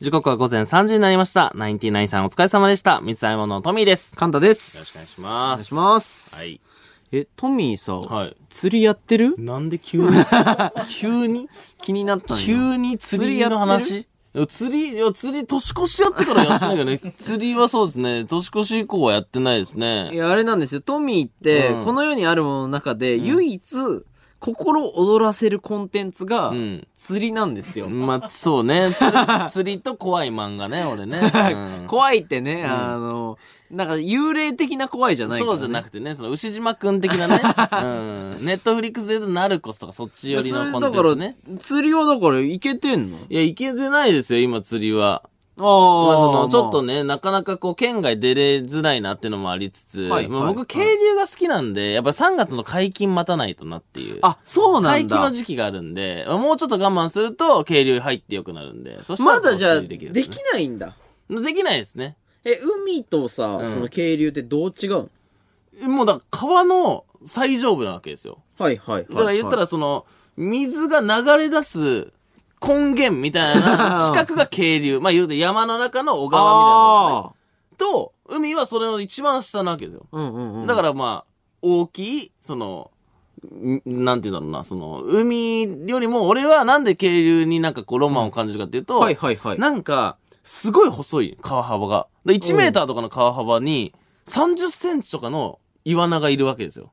時刻は午前3時になりました。ナインティナインさんお疲れ様でした。三つ合いものトミーです。カンタです。よろしくおお願願いいししますます。はい。え、トミーさ、はい。釣りやってるなんで 急に急に気になったんよ急に釣りの話釣り、いや、釣り、年越しやってからやってないけどね。 釣りはそうですね。年越し以降はやってないですいね。や、あれなんですよ。トミーって、うんこの世にあるものの中で、唯一、心躍らせるコンテンツがう、ん。釣りなんですよ。まあ、そうね。釣り 釣りと怖い漫画ね、俺ね。うん怖いってね、あの、なんか幽霊的な怖いじゃないから、そね。うじゃなくてね、その牛島くん的なね。うん。ネットフリックスで言うとナルコスとかそっち寄りのコンテンツね。それだから、釣りはだから行けてんのいや、行けてないですよ、今釣りは。ああまあ、その、ちょっとね、なかなかこう、県外出れづらいなってのもありつつ、はいまあはい僕、渓流が好きなんで、やっぱ3月の解禁待たないとなっていう。あ、そうな解ん禁のだ。時期があるんで、もうちょっと我慢すると、渓流入ってよくなるんで、そしたらまだじゃあ、こう釣でりきできるんですないんだ。ねできないですね。え、海とさ、んその渓流ってどう違うのもうだから川の最上部なわけですよ。はいはいはい。だから言ったはらその、水が流れ出す根源みたいな近くが渓流。まあ言うと山の中の小い、川みたいなもんですね。と、海はそれの一番下なわけですよ。あーうんうんうん。だからまあ、大きい、その、んなんて言うんだろうな、その、海よりも俺はなんで渓流になんかこうロマンを感じるかっていうと、はいはいはい。なんか、すごい細い川幅が。で1メーターとかの川幅に30センチとかのイワナがいるわけですよ。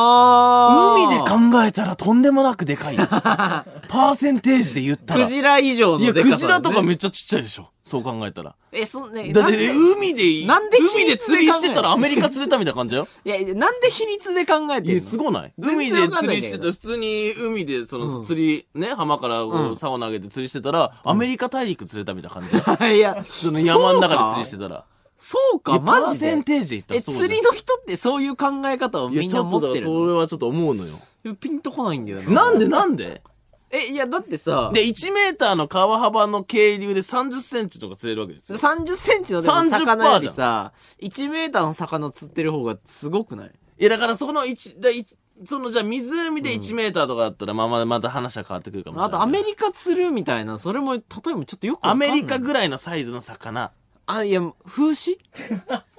あー海で考えたらとんでもなくで かい。パーセンテージで言ったら。クジラ以上のいや、でクかジさラだね、とかめっちゃちっちゃいでしょ。そう考えたら。え、そんね、だっなんてで海で、なんで海で釣りして たらアメリカ釣れたみたいな感じだよ。いやいや、なんで比率で考えていや、んのすごない全海然でわかん釣ないりんだしてけどた、普通に海で、その、釣り、ね、浜からこう、竿投げて釣りしてたら、アメリカ大陸釣れたみたいな感じだよ。 いや、その山の中で釣りしてたら。そういやか、マジパーセでン。テージで言ったえ、らそうじゃん釣りの人ってそういう考え方をいやみんちなょっ持とっだかてらるそれはちょっと思うのよ。のピンとこないんだよな。なんでなんでえ、いや、だってさ、で、1メーターの川幅の渓流で30センチとか釣れるわけですよ。 30センチのでも魚よりさ、1メーターの魚釣ってる方がすごくないいや、だからそこの1、だ一その、じゃあ湖で1メーターとかだったら、まあまあ、また話は変わってくるかもしれないあけど。と、アメリカ釣るみたいな、それも、例えばちょっとよくわかアんない。メリカぐらいのサイズの魚。あ、いや、風刺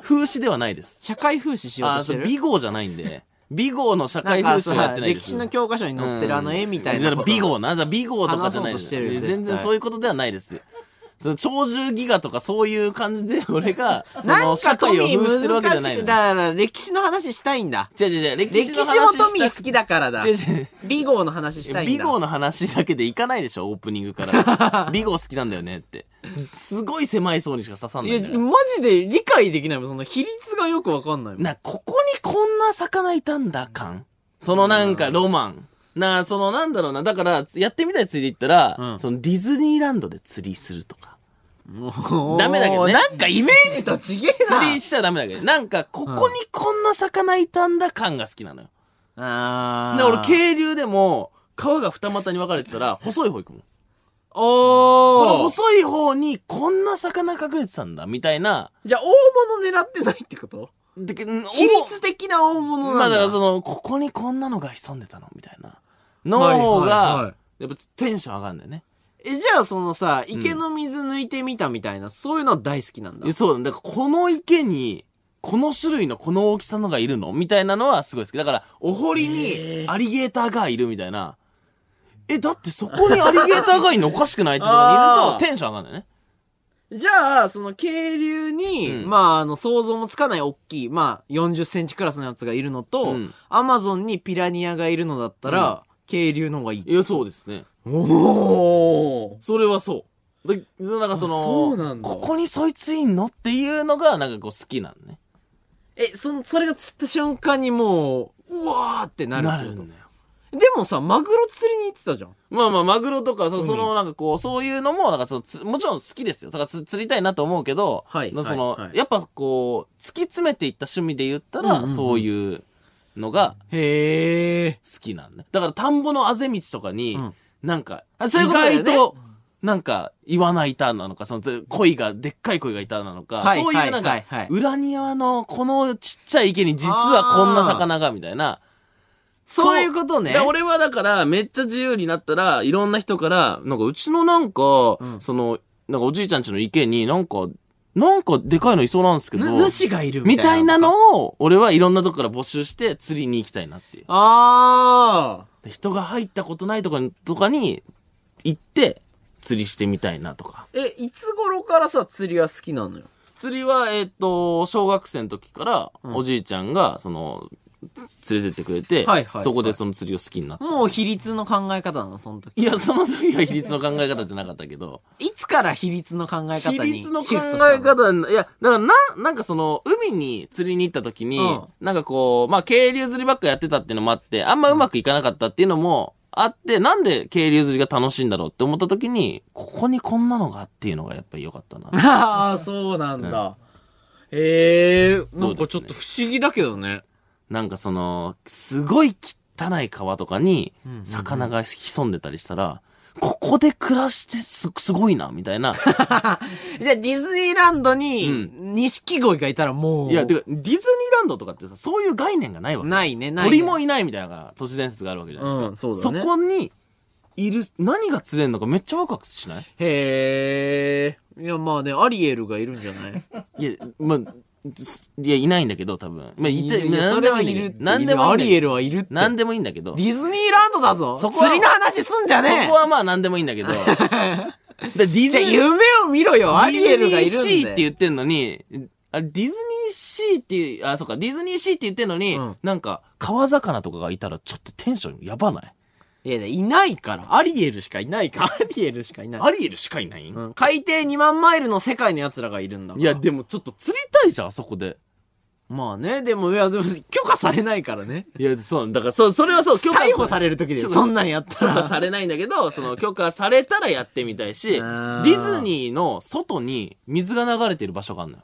風刺ではないです。社会風刺しようあとしてそうる美号じゃないん で。美号の社なん会か風刺はやっさ、てないで歴す。史の教科書に載ってるあの絵みたいだかなこらと。美号な、じゃあ美号とかじゃないで話そうとしす。てるよ絶対全然そういうことではないです。その超重ギガとかそういう感じで俺が、そなのんか社ト会ミをー封してるわけじゃ難ないのしく、よだから歴史の話したいんだ。違う違う違う、歴歴史史のも話トミー好しきだからだた。違う違う。美号の話したいんだ。ビゴの話だけでいかないでしょ、オープニング から。ビゴ好きなんだよねって。すごい狭い層にしか刺さんいないやんだ、よ。マジで理解できないもん。その比率がよくわかんないもん。な、ここにこんな魚いたんだ感そのなんかロマン。な、そのなんだろうな。だから、やってみたいついで言ったら、うんそのディズニーランドで釣りするとか。 ダダメだけどねなんかイメージとちげえ な。釣りしちゃダメだけど、なんか、ここにこんな魚いたんだ感が好きなのよ。あで、俺、渓流でも、川が二股に分かれてたら、細い方行くもん。このおー。細い方に、こんな魚隠れてたんだ、みたいな。じゃあ、大物狙ってないってことで、うん比率的な大物まなあんだからだ。その、ここにこんなのが潜んでたのみたいな。の方はいはいはがい、やっぱテンション上がるんだよね。え、じゃあ、そのさ、池の水抜いてみたみたいな、そういうのは大好きなんだえ。そうなんだ。だからこの池に、この種類のこの大きさのがいるのみたいなのはすごい好き。だから、お堀にアリゲーターがいるみたいな。え、だってそこにアリゲーターがいるのおかしくないってところにいるあーとテンション上がるんだよね。じゃあ、その、渓流に、うんまあ、あの、想像もつかない大きい、まあ、40センチクラスのやつがいるのと、うんアマゾンにピラニアがいるのだったら、渓流の方がいい。いや、そうですね。おー。それはそう。で、なんかその、あそうなんだここにそいついんのっていうのが、なんかこう好きなのね。え、その、それが釣った瞬間にもう、うわーってなるなってることんだよ。でもさ、マグロ釣りに行ってたじゃん。まあまあ、マグロとか、そその、なんかこう、そういうのも、なんかそのつ、もちろん好きですよ。だからつ釣りたいなと思うけど、はいその、はいはいやっぱこう、突き詰めていった趣味で言ったうんら、うんうんそういうのがへえ。好きなんだ、だから、田んぼのあぜ道とかに、うんなんか、あそういうことだよね意外と、なんか、言わないたなのか、その、恋が、でっかい恋がいたなのか、はいそういうなんか、はいはいはい裏庭の、このちっちゃい池に実はこんな魚が、みたいな、そういうことねで。俺はだから、めっちゃ自由になったら、いろんな人から、なんか、うちのなんか、んその、なんかおじいちゃんちの池になんか、なんかでかいのいそうなんですけど、ぬ主がいるみみたたいいななのか。のを、俺はいろんなとこから募集して釣りに行きたいなっていう。ああ。で人が入ったことないとかにとかに行って、釣りしてみたいなとか。え、いつ頃からさ、釣りは好きなのよ。釣りは、えっ、と、小学生の時から、おじいちゃんが、その、連れてってくれて、はいはいはいそこでその釣りを好きになった。もう比率の考え方なの、その時。いや、その時は比率の考え方じゃなかったけど。いつから比率の考え方比率にシフトのし考たのえ方な、いや、だからな、なんかその、海に釣りに行った時に、うんなんかこう、まあ、渓流釣りばっかやってたっていうのもあって、あんまうまくいかなかったっていうのもあって、なんで渓流釣りが楽しいんだろうって思った時に、ここにこんなのがっていうのがやっぱり良かったな。 ああ、そうなんだ。ええー、なそうんですねかちょっと不思議だけどね。なんかその、すごい汚い川とかにんうんう、ん魚が潜んでたりしたら、ここで暮らしてす、すごいな、みた いな。じゃあディズニーランドうに、錦鯉がいたらもう。いや、てか、ディズニーランドとかってさ、そういう概念がないわけ。ないね、ない、ね。鳥もいないみたいなのが都市伝説があるわけじゃないですか。うんそうだねこに、いる、何が釣れるのかめっちゃワクワクしないへえ。いや、まあね、アリエルがいるんじゃないいや、まあ、すいや、いないんだけど、多分。まあ、いて、 いやなそんれではもいいいんるだっけてど。なんでもアいいんだリけエルはいるって。ど。なんデでもいいんだけど。ィズニーランドだぞそこは釣りの話すんじゃねえそこはまあ、なんでもいいんだけ ど。でディズニじゃあー夢を見ろよアリエルがデいるんィズニーシーってい言ってんのに、あれディズニーシーっていう、あ、そうか、ディズニーシーって言ってんのに、うんなんか、川魚とかがいたらちょっとテンションやばないやいや、いないから。アリエルしかいないから。アリエルしかいない。アリエルしかいない、うん海底2万マイルの世界の奴らがいるんだから。いや、でもちょっと釣りたいじゃん、あそこで。まあね、でも、いや、でも、許可されないから ね。いや、そう、だから、そう、それはそう、許可逮捕される時で、許可 そんなんやった許可ら。されないんだけど、その許可されたらやってみたいし、デあーィズニーの外に水が流れてる場所があるのよ。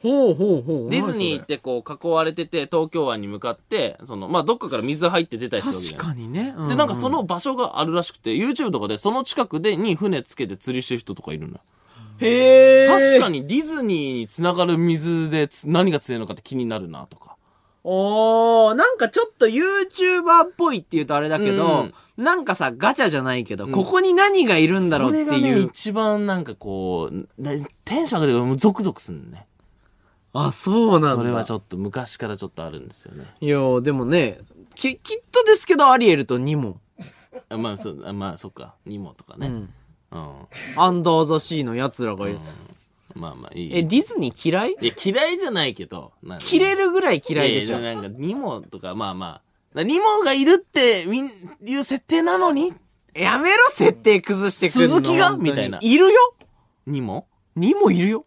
ほうほうほう。ディズニーってこう囲われてて、東京湾に向かって、その、まあ、どっかから水入って出たりするわけじゃん確かにね。うで、なんかそ、の場所があるらしくて、YouTube とかでその近くでに船つけて釣りしてる人とかいるのよ。へえ。確かに。にディズニーにつながる水でつ何が釣れるのかって気になるなとか。おー、なんかちょっと YouTuber っぽいって言うとあれだけど、なんかさ、ガチャじゃないけど、うんここに何がいるんだろうってそれいがねう。一番なんかこう、ねテンション上がってもうゾクゾクするのね。あ、そうなんだ。それはちょっょっと昔からちょっとあるんですよ ね。と。いや、でもね、き、きっとですけど、アリエルとニモ。あまあ、そう、あまあ、そっか。ニモとかね。ううんん。アンダーザシーの奴らがいる。まあまあ、いい。え、ディズニー嫌いいや、嫌いじゃないけど。なんか切れるぐらい嫌いでしょや。やなんか、ニモとか、まあまあ。ニモがいるって、みん、いう設定なのにやめろ、設定崩してくるの。鈴木が本当にみたいないるよニモにもいるよ、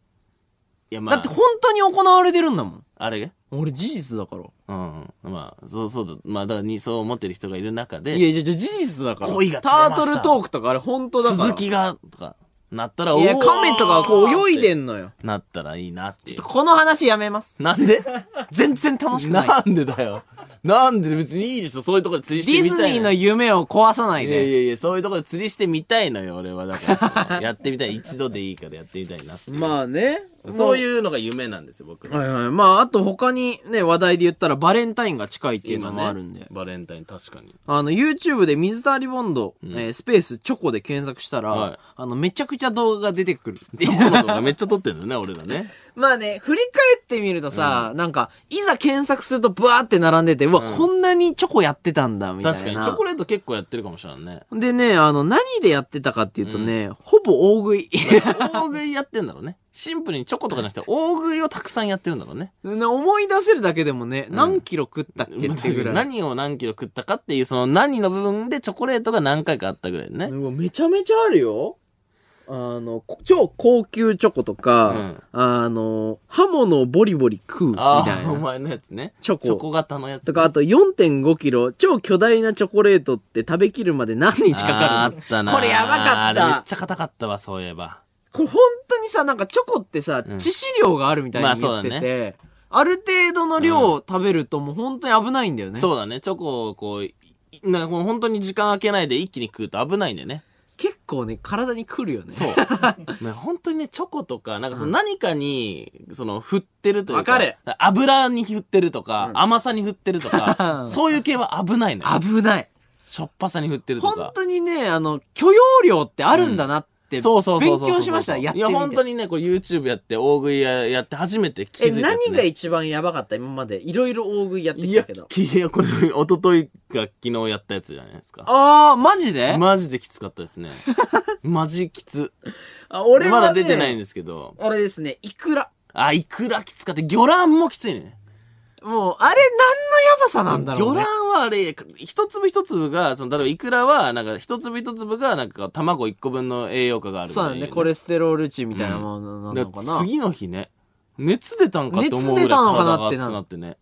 いや、まあ。だって本当に行われてるんだもん。あれ俺事実だから。うん。まあ、そうそうだ。まあ、だからに、そう思ってる人がいる中いやで、いや、じゃあ事実だから。恋がタ釣れーまトしたルトークとかあれ本当だから。鈴木が、とか、なったら、いや、おーカメとかこう泳いでんのよ。なったらいいなっていう。この話やめます。なんで全然楽しくな い。なんでだよ。なんで別にいいでしょ。そういうとこで釣りデしてみィズたいニーのの夢を壊さないいやいで。やいや、そういうとこで釣りしてみたいのよ、俺は。だからそ の、やってみたい。一度でいいからやってみたいなっていう。まあね。そうう。いうのが夢なんですよ、僕の。はいはい。まあ、あと他にね、話題で言ったらバレンタインが近いっていうのもあるんで。バレンタイン、確かに。あの、YouTube で水溜りボンド、んえースペースチョコで検索したら、はいあの、めちゃくちゃ動画が出てくる。チョコの動画めっちゃ撮ってるのね、俺ら ね。まあね、振り返ってみるとさ、なんか、いざ検索するとブワーって並んでて、うわ、うんこんなにチョコやってたんだ、みたいな。確かに、チョコレート結構やってるかもしれないね。でね、あの、何でやってたかっていうとね、ほぼ大食い。 大食いやってんだろうね。シンプルにチョコとかじゃなくて、大食いをたくさんやってるんだろうね。ね思い出せるだけでもね、何キロ食ったっけってぐらい。何を何キロ食ったかっていう、その何の部分でチョコレートが何回かあったぐらいね。うわめちゃめちゃあるよ。あの、こ超高級チョコとか、あの、刃物をボリボリ食うみあたいあ、おな。前のやつね。チョコチョコ型のやつ。とか、あと4.5キロ、超巨大なチョコレートって食べきるまで何日かあーかるあったのな。これやばかあっ。れめったちゃ硬かったわ、そういえば。これ本当にさ、なんかチョコってさ、うん致死量があるみたいにま言あそってうだて、ある程度の量を食べるともう本当に危ないんだよね。そうだね、チョコをこう、いなもう本当に時間空けないで一気に食うと危ないんだよね。結構ね、体に来るよね。そう。 ね本当にね、チョコとか、なんかその何かに、その、振ってるというか。わかる油に振ってるとか、甘さに振ってるとか、 そういう系は危ないのよ。危ない。しょっぱさに振ってると本か。当にね、あの、許容量ってあるんだなっって、そうそうそうそう勉そう。強しました。やっていみや、て。本当にね、これ YouTube やって、大食いややって初めて気づえ、いた、ね。何が一番やばかった今まで。いろいろ大食いやっていきや、たけど。きいや、これ、一昨日が昨日やったやつじゃないですか。あー、マジで、マジできつかったですね。マジきつ。あ、俺は、ね、まだ出てないんですけど。俺ですね、イクラ。あ、いくらきつかった。魚卵もきついね。もう、あれ、何のやばさなんだろ魚う、ね。卵はあれ、一粒一粒が、その、例えばいくらは、なんか、一粒一粒が、なんか、卵一個分の栄養価があるみたいそうなだね。コレステロール値みたいなものなだのかからな。次の日ね、熱出たんかって思うぐらい熱出たの体かながって熱なくなってね。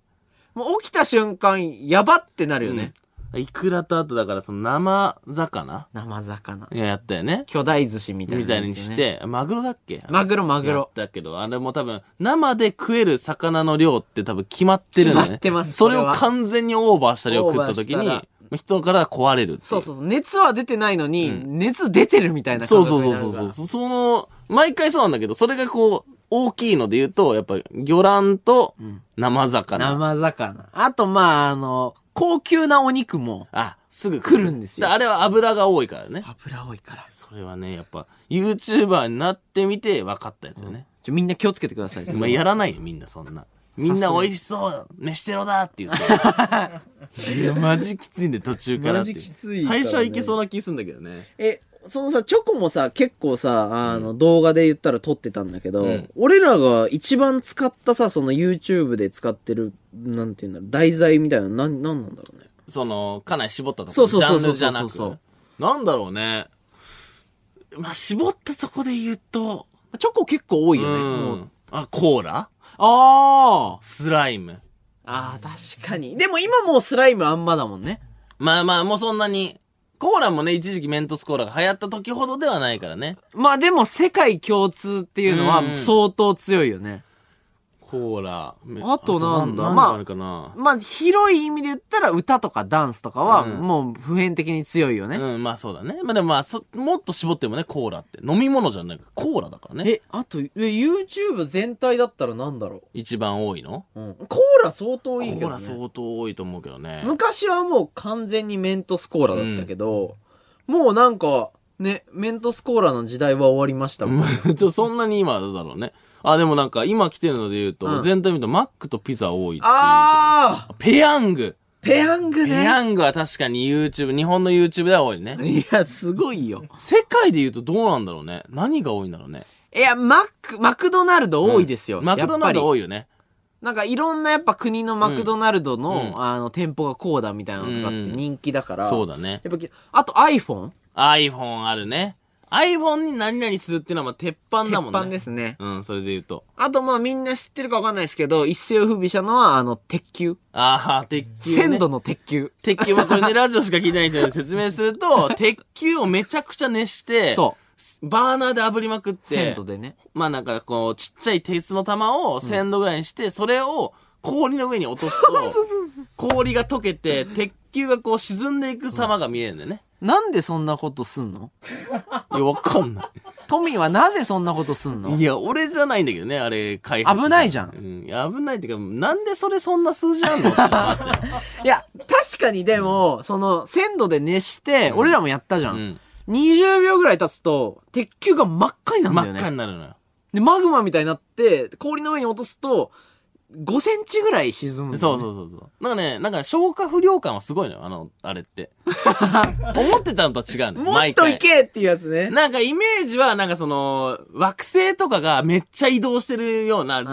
もう起きた瞬間、やばってなるよね。うんいくらとあと、だから、その、生魚生魚。いや、やったよね。巨大寿司みたいな、みたいにし。て、マグロだっけマグロ、マグやっロ。たけど、あれも多分、生で食える魚の量って多分決まってるんだね。決まってますそれこれをは完全にオーバーした量を食った時オーバーにし、人から壊れるっていそうそうそう。熱は出てないのに、熱出てるみたいなそ感うそ覚うになそるうから。そうそうそう。その、毎回そうなんだけど、それがこう、大きいので言うと、やっぱ、魚卵と生魚。生魚。あと、まあ、あの、高級なお肉も、あ、すぐ来るんですよだあれは油が多いからね。油多いから。それはね、やっぱ、YouTuber になってみて分かったやつよね。ちょみんな気をつけてください。 そまあ、れはやらないよ、みんなそんな。みんな美味しそう、飯テロだって言って。 いや、マジきついんで、途中からっていう。マジきついからね最初はいけそうな気すんだけどね。え、そのさ、チョコもさ、結構さ、あの、動画で言ったら撮ってたんだけど、うん俺らが一番使ったさ、その YouTube で使ってる、なんていうんだろう、題材みたいな、なん、なんなんだろうね。その、かなり絞ったとこ。そうそうそうジャンルじゃなそうそうそく。なんだろうね。まあ、絞ったとこで言うと、。チョコ結構多いうよね。もうんあ、コーラあースライム。あー、確かに。でも今もうスライムあんまだもんね。まあまあ、もうそんなに。コーラもね、一時期メントスコーラが流行った時ほどではないからね。まあでも世界共通っていうのはうん相当強いよね。コーラ。めあとなんだあとま何あがあるかな。まあ広い意味で言ったら歌とかダンスとかはうんもう普遍的に強いよね。うん、まあそうだね。まあでもまあ、そもっと絞ってもね、コーラって。飲み物じゃないから、コーラだからね。え、あと、え YouTube 全体だったらなんだろ一番多いのう。うん。コーラ相当いいけコーど、ラね。相当多いと思うけどね。昔はもう完全にメントスコーラだったけど、もうなんか、ね、メントスコーラの時代は終わりましたもん。 ちょっとそんなに今だろうね。あ、でもなんか今来てるので言うと、うん全体見るとマックとピザ多いっていう。あーペヤング。ペヤングペねヤングは確かに YouTube、日本の YouTube では多いね。いや、すごいよ。世界で言うとどうなんだろうね。何が多いんだろうね。いや、マック、マクドナルド多いですよ。マクドナルドい。多いよね。なんかいろんなやっぱ国のマクドナルドの、うんあの店舗がこうだみたいなのとかって人気だから。そうだね。やっぱき、あと iPhone? iPhone あるね。iPhone に何々するっていうのはまあ鉄板だもんね。鉄板ですね。うん、それで言うと。あとまあみんな知ってるかわかんないですけど、一世を不備したのは、あの、鉄球。ああ、鉄球、ね。鮮度の鉄球。鉄球はこれね、ラジオしか聞いてない人に説明する と、鉄球をめちゃくちゃ熱して、そすバーナーで炙りまくっう。鮮て度、でね。まあなんかこう、ちっちゃい鉄の玉を1000度ぐらいにして、それを氷の上に落とす そうそうと、氷が溶けて、鉄球がこう沈んでいく様が見えるんだよね。なんでそんなことすんのいや、わかんない。トミーはなぜそんなことすんのいや、俺じゃないんだけどね、あれ、開発。危ないじゃんうん。いや危ないっていうか、なんでそれそんな数字あんのってのがあったよいや、確かにでも、その、鮮度で熱して、俺らもやったじゃうんん。 20秒ぐらい経つと、鉄球が真っ 赤になるんだ真よっ赤ね。になるのよ。で、マグマみたいになって、氷の上に落とすと、5センチぐらい沈むんだよね。そうそうそうそう。なんかね、なんか消化不良感はすごいのよ、あの、あれ って。思ってたのとは違うのよ。もっ毎と回いけっていうやつね。なんかイメージは、なんかその、惑星とかがめっちゃ移動してるような、ザ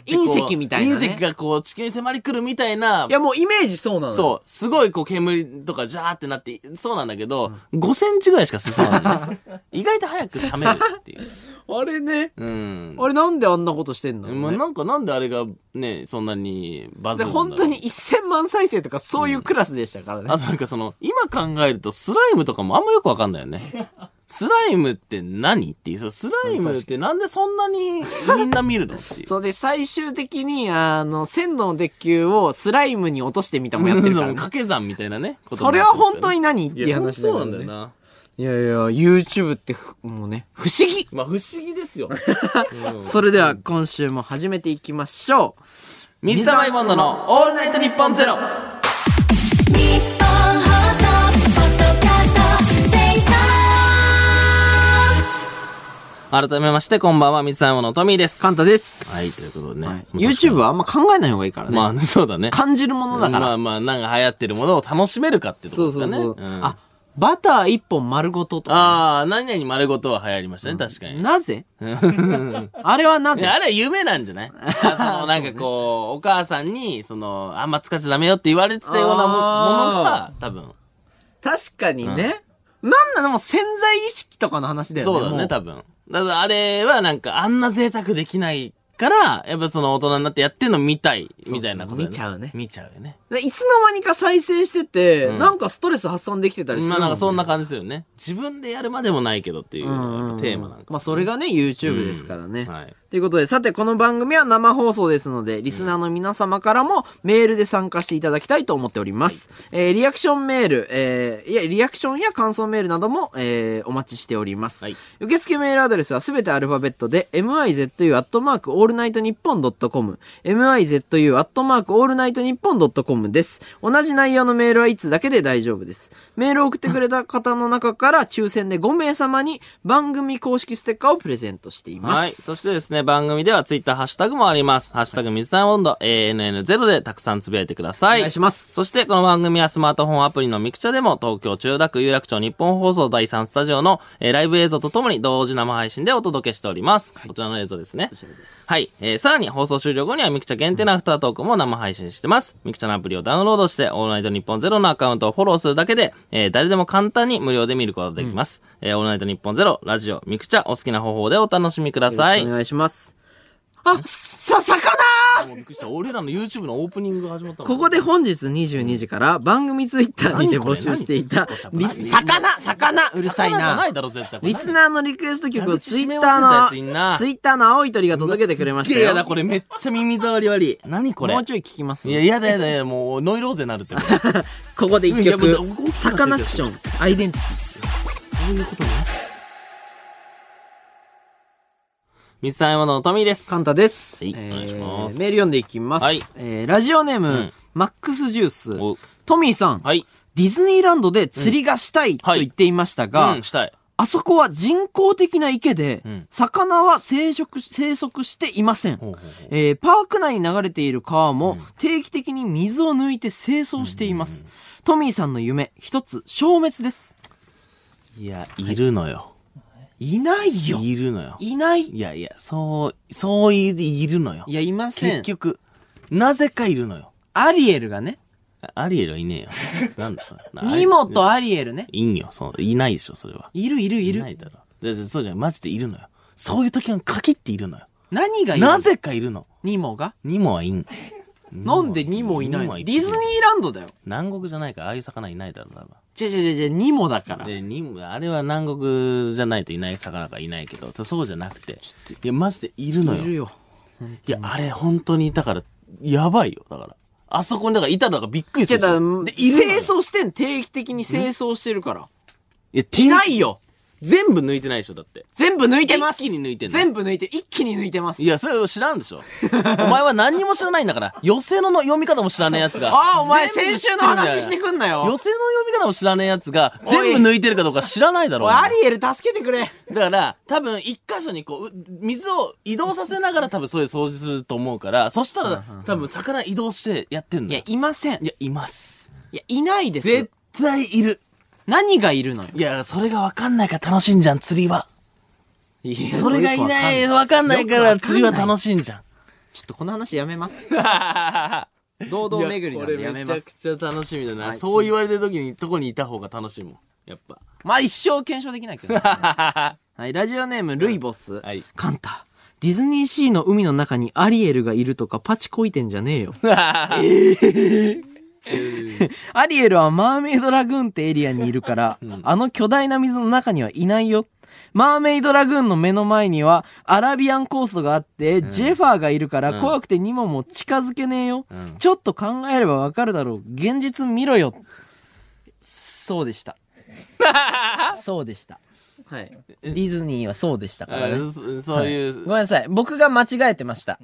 ーってこう隕石みたいなね隕石がこう地球に迫り来るみたいな、いやもうイメージそうなのよそう、すごいこう煙とかジャーってなって、そうなんだけど、5センチぐらいしか進まない。意外と早く冷めるっていう。あれね。 うん。あれなんであんなことしてんの、まあ、なんかなんであれがね、そんなにバズで、るんだろう本当に1000万再生とかそういうクラスでしたからね。あとなんかその、今考えるとスライムとかもあんまよくわかんないよね。 スライムって何っていう、そうスライムってなんでそんなにみんな見るの っていう。そうで、最終的に、あの、線の鉄球をスライムに落としてみたもやってるから、掛け算みたいなね。それは本当に何っていいうや、話話だそうかならんだね。よな。いやいや、YouTube ってふ、もうね、不思議まあ不思議ですよ。 それでは今週も始めていきましょう。水溜りボンドのオールナイトニッポンゼロ。日本放送ポッドキャストステーション改めまして、こんばんは、水沢のトミーです。カンタです。はいということでねはいもう確か YouTube にはあんま考えない方がいいからね。まあね、そうだね。感じるものだから。まあまあ、なんか流行ってるものを楽しめるかってとこそうですそかね。うそう。んあ、バター一本丸ごととか。ああ、何々丸ごとは流行りましたね、確かに。なぜあれはないぜやあれは夢なんじ ゃないあそのなんかこう、お母さんに、その、あんま使っちゃダメよって言われてたようなもものがあ、多分。確かにね。なんなのもう潜在意識とかの話だよね。そうだもね、多分。だからあれはなんか、あんな贅沢できないから、やっぱその大人になってやってんの見たい、みたいなことだよ、見ちゃうね見ちゃうよね。でいつの間にか再生してて、んなんかストレス発散できてたりするまあもんね、なんかそんな感じするよね。自分でやるまでもないけどっていうのがやっぱテーマなんかもね。まあそれがね、YouTube ですからね。はい。ということで、さて、この番組は生放送ですので、リスナーの皆様からもメールで参加していただきたいと思っております。えーリアクションメール、えーいや、リアクションや感想メールなども、えーお待ちしております。はい受付メールアドレスはすべてアルファベットで、mizu.allnightnippon.com、mizu.allnightnippon.com です。同じ内容のメールはいつだけで大丈夫です。メールを送ってくれた方の中から抽選で5名様に番組公式ステッカーをプレゼントしています。はい。そしてですね、番組ではツイッターハッシュタグもあります。ハッシュタグ水溜りボンド、ANN0 でたくさんつぶやいてください。お願いしますそして、この番組はスマートフォンアプリのミクチャでも、東京千代田区有楽町日本放送第3スタジオの、えーライブ映像とともに同時生配信でお届けしております。こちらの映像ですね。はい。えーさらに放送終了後にはミクチャ限定のアフタートークも生配信してます。ミクチャのアプリをダウンロードして、オールナイトニッポンゼロのアカウントをフォローするだけで、えー誰でも簡単に無料で見ることができます。えーオールナイトニッポンゼロ、ラジオ、ミクチャ、お好きな方法でお楽しみくださいお。願いします。あ、さ、魚びっくりした。俺らの YouTube のオープニングが始まったここで本日22時から番組ツイッターにて募集していたリス、魚魚うるさいじゃな。ないだろ、絶対。リスナーのリクエスト曲をツイッタ蛇口閉め忘れたやついんーなの、ツイッターの青い鳥が届けてくれましたいやよ。だ、これめっちゃ耳障り悪い。何これ。もうちょい聞きますいや、いやだやだやだ、もうノイローゼになるって こと。そここで一いやも曲う、サカナクション、アイデンティういうことね。水溜りボンドのトミーでティ。すカ。ンタです。はいお願いしますえーメール読んでいきます。はいえーラジオネーム、んマックスジュースお、トミーさん、はい。ディズニーランドで釣りがしたいと言っていましたが、うん、したい。あそこは人工的な池で、ん魚は生殖し、生息していません。うほうほうえーパーク内に流れている川も定期的に水を抜いて清掃しています。トミーさんの夢、一つ消滅です。いや、いるのよ。いないよ。いるのよ。いない。いいやいや、そう、そういいるのよ。や、いませ結ん。局、なぜかいるのよ。アリエルがね、あアリエルはいねえよ。 なんだそれ。ニモとアリエルね。いんよ。そう、いないでしょ、それは。いるいるいいる。ないだろ。ででそうじゃない、マジでいるのよ。そういう時に限っているのよ。何がいるなぜかいるの。ニモがニモはいん。なんでニモいないニモのはいデるィズニーランドだよ。南国じゃないから、ああいう魚いないだろ、多分。違う違う違う違う、ニモだから。で、ニモ、あれは南国じゃないといない魚がいないけど、そそうじゃなくて。いや、マジでいるのいるよ。よ。いや、あれ本当にいたから、やばいよ、だから。あそこに、だからいたのがびっくりすじゃるでしだ、ょ。で、清いるのよ掃してん、定期的に清掃してるから。いや、手ないよ全部抜いてないでしょ、だって。全部抜いてます一気に抜いてんの全部抜いて、一気に抜いてますいや、それを知らんでしょ。お前は何にも知らないんだから、寄せのの読み方も知らない奴が。ああ、お前全部先知ってるん週のだよ話してくんなよ寄せの読み方も知らない奴が、全部抜いてるかどうか知らないだろ。おいアリエル助けてくれだから、多分、一箇所にこう、う水を移動させながら多分そういう掃除すると思うから、そしたら、多分、魚移動してやってんいのやよ、。いません。いいや、います。や、いないです。絶対いる。何がいるのよ。いや、それがわかんないから楽しいんじゃん、釣りは。それがいない、よくわかんないからよくわかん釣ないりは楽しいんじゃん。ちょっとこの話やめます。は堂々巡りこなんれでやめめちゃまくす。ちゃ楽しみだな、はいそう言われてる時にとこにいた方が楽しいもんやっぱまあ一生検証できない けどね。はい、ラジオネーム、ルイボス。はいカンタ。ディズニーシーの海の中にアリエルがいるとかパチこいてんじゃねえよ。 アリエルはマーメイドラグーンってエリアにいるから、あの巨大な水の中にはいないよ。マーメイドラグーンの目の前にはアラビアンコーストがあって、ジェファーがいるから怖くてニモも近づけねえよ。んちょっと考えればわかるだろう。現実見ろよ。そう でした。そうでした。はい。ディズニーはそうでしたからね。あそそういう、ごめんなさい。僕が間違えてました。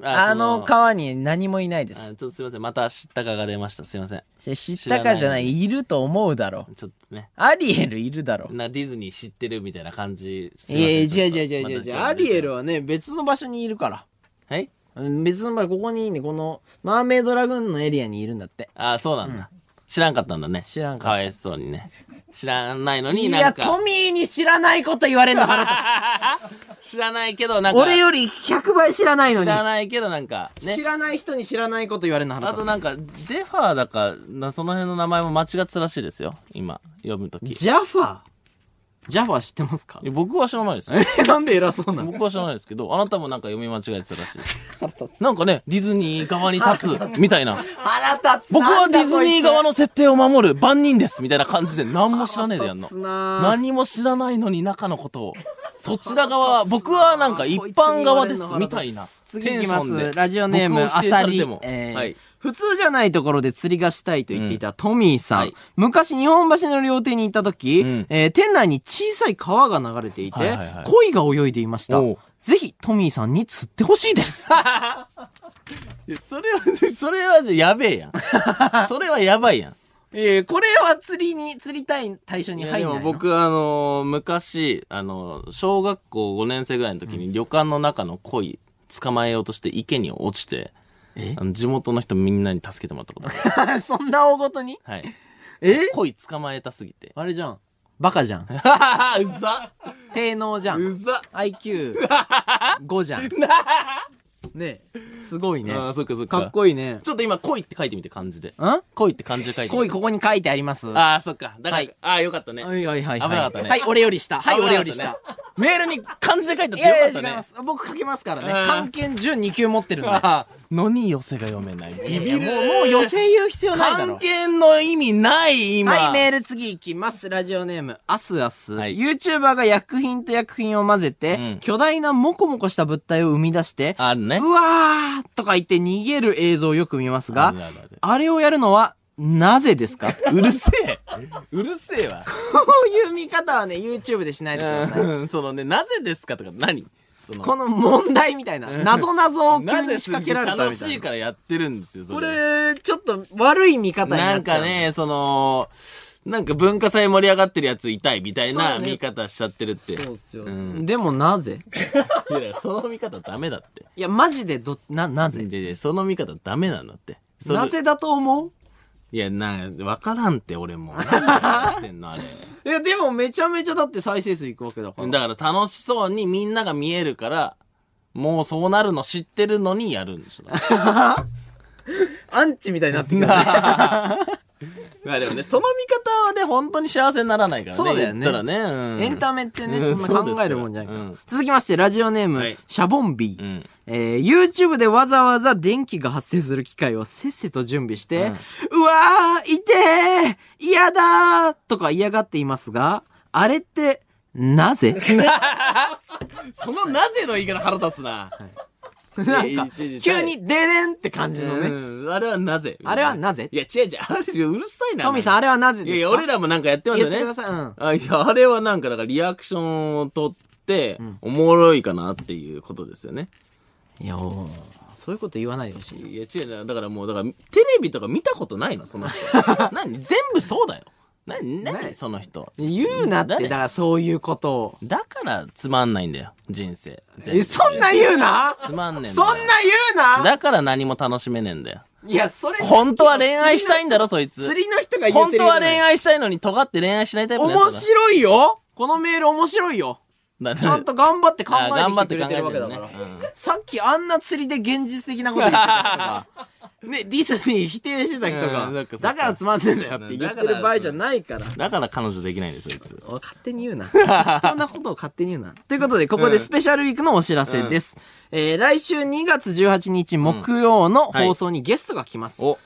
ああそのの川に何もいないであちょすっ。とすいません。また知ったかが出ました。すいません。し知ったかじゃない、知らないいると思うだろう。ちょっとね。アリエルいるだろう。なディズニー知ってるみたいな感じ。すいまいやせんいちょや、っ違うと違う違う違う違う。アリエル。はね、別の場所にいるから。またはいうん別の場所、ここにね、この、マーメイドラグーンのエリアにいるんだって。ああ、そうなんだ。知らんかったんだね。知らんかったかわいそうにね。知らないのにいなや、んトか。ミーに知らないこと言われんの腹立 知らないけど、なんつ。か。俺より100倍知らないの知に。らないけど、なんか。ね知。らない人に知らないこと言われんの腹あと立つ。なんか、ジェファーだか、なその辺の名前も間違ってたらしいですよ。今、読むとき。ジャファージャファー知ってますか僕は知らないですね。 なんで偉そうなの僕は知らないですけど、あなたもなんか読み間違えてたらしい です。なんかね、ディズニー側に立つ、みたいな。腹立つ僕はディズニー側の。の設定を守る万人です、みたいな感じで何も知らねえでやんの腹立。つなあ何も知らないのに中のことを。そちら側、僕はなんか一般側です、みたいな。次テいンきシま。ョンですラジオネーム、僕を否あ定さされりても。。えーはい。普通じゃないところで釣りがしたいと言っていたトミーさん。はい昔日本橋の料亭に行った時、うんえー店内に小さい川が流れていて、はいはいはい鯉が泳いでいましたおう。ぜひトミーさんに釣ってほし いです。いやそれは、 それはやべ えやん。それはやばいやん。えーこれは釣りに、釣りたい対象にい入やんないでのも僕、あのー昔、あのー小学校5年生ぐらいの時に旅館の中の鯉捕まえようとして池に落ちて、あの地元の人みんなに助けてもらったことある。 そんな大ごとにはい。え鯉捕 まえたすぎ て。あれじゃん。バカ じゃん。はははうざ低能じゃ。うんざ IQ5 じゃん。ねえすごいね。ああ、そっかそっか。かっこいいね。ちょっと今、恋って書いてみて漢字で。ん恋って漢字で書いてみ恋て。ここに書いてあります。はああ、そっか。だから、はいああ、よかったね。いはいはいはい。危なかったねはい、俺より下。はい、危な俺かよったねり下。。メールに漢字で書いてあっていよかやいったね。や、違います。僕書けますからねうん。漢検準2級持ってるんで。ああ、のに寄せが読めない。ビビる。もう、もう予選言う必要ないだ関ろ。係の意味ない、今。はい、メール次いきます。ラジオネーム、アスアス。はい YouTuber が薬品と薬品を混ぜて、うん巨大なモコモコした物体を生み出して、あるね。うわーとか言って逃げる映像をよく見ますが、あるああるあるれをやるのは、なぜですかこうるせえ。うるせえわ。ういう見方はね、YouTube でしないでください。うん そのね、なぜですかとか何その、この問題みたいな、謎謎を急なぜに仕掛けられたみたいな。楽しいからやってるんですよ、そこれ。れ、ちょっと悪い見方にななっんちゃかう。ね、その、なんか文化祭盛り上がってるやつ痛いみたいなそうね見方しちゃってるって。そうっすよ。うん。でもなぜいや、だからその見方ダメだって。いや、マジでど、な、なぜいやいやその見方ダメなんだって。それなぜだと思ういや、な、わからんって俺も。何やってんのあれ。いや、でもめちゃめちゃだって再生数いくわけだから。だから楽しそうにみんなが見えるから、もうそうなるの知ってるのにやるんで しょ。アンチみたいになってくる。まあでもね、その見方はね、本当に幸せにならないからね。そうだよね言ったらね。うんエンタメってね、うそんんな考えるもんじゃないそうですから。ようん続きまして、ラジオネーム、はいシャボンビー。うんえー、YouTube でわざわざ電気が発生する機械をせっせと準備して、うわー、痛えー嫌だーとか嫌がっていますが、あれって、な ぜそのなぜの言い方腹立つな。なんいやかいちい、ち急に、ででんって感じのね。うんあれはなぜあれはなぜいや、違う違う。あれ、うるさいな。トミーさん、あれはなぜいですやかいや、俺らもなんかやってます言よね。ってください。うん。あ、いや、あれはなんか、だからリアクションを取って、おもろいかなっていうことですよね。いや、おーそういうこと言わないでほしい。いや、違うな。だからもう、だから、テレビとか見たことないのそ の人。何全部そうだよ。何何その人。言うなって、だからそういうことを。だから、つまんないんだよ。人生。全部え、そんな言うなつまんねえんだそんよな言うなだから何も楽しめねえんだよ。いや、それ、本当は恋愛したいんだろ、そいつ。釣りの人が言う本セリ当フはじゃない恋愛したいのに尖って恋愛しないタイプのやつ面白いよこのメール面白いよだなちゃんと頑張って考 あ頑張えってきててくれてるわけだから、考えてるねさっきあんな釣りで現実的なこと言っ てた人がね、ディズニー否定してた人うんそっかがそっ、かだからつまんねえんだよって言ってる場合じゃないから。だから彼女できないんです、そいつ。お勝手に言 うな。そんなことを勝手に言うな。ということで、ここでスペシャルウィークのお知らせです。えー来週2月18日木曜の放送にゲストが来ます。お、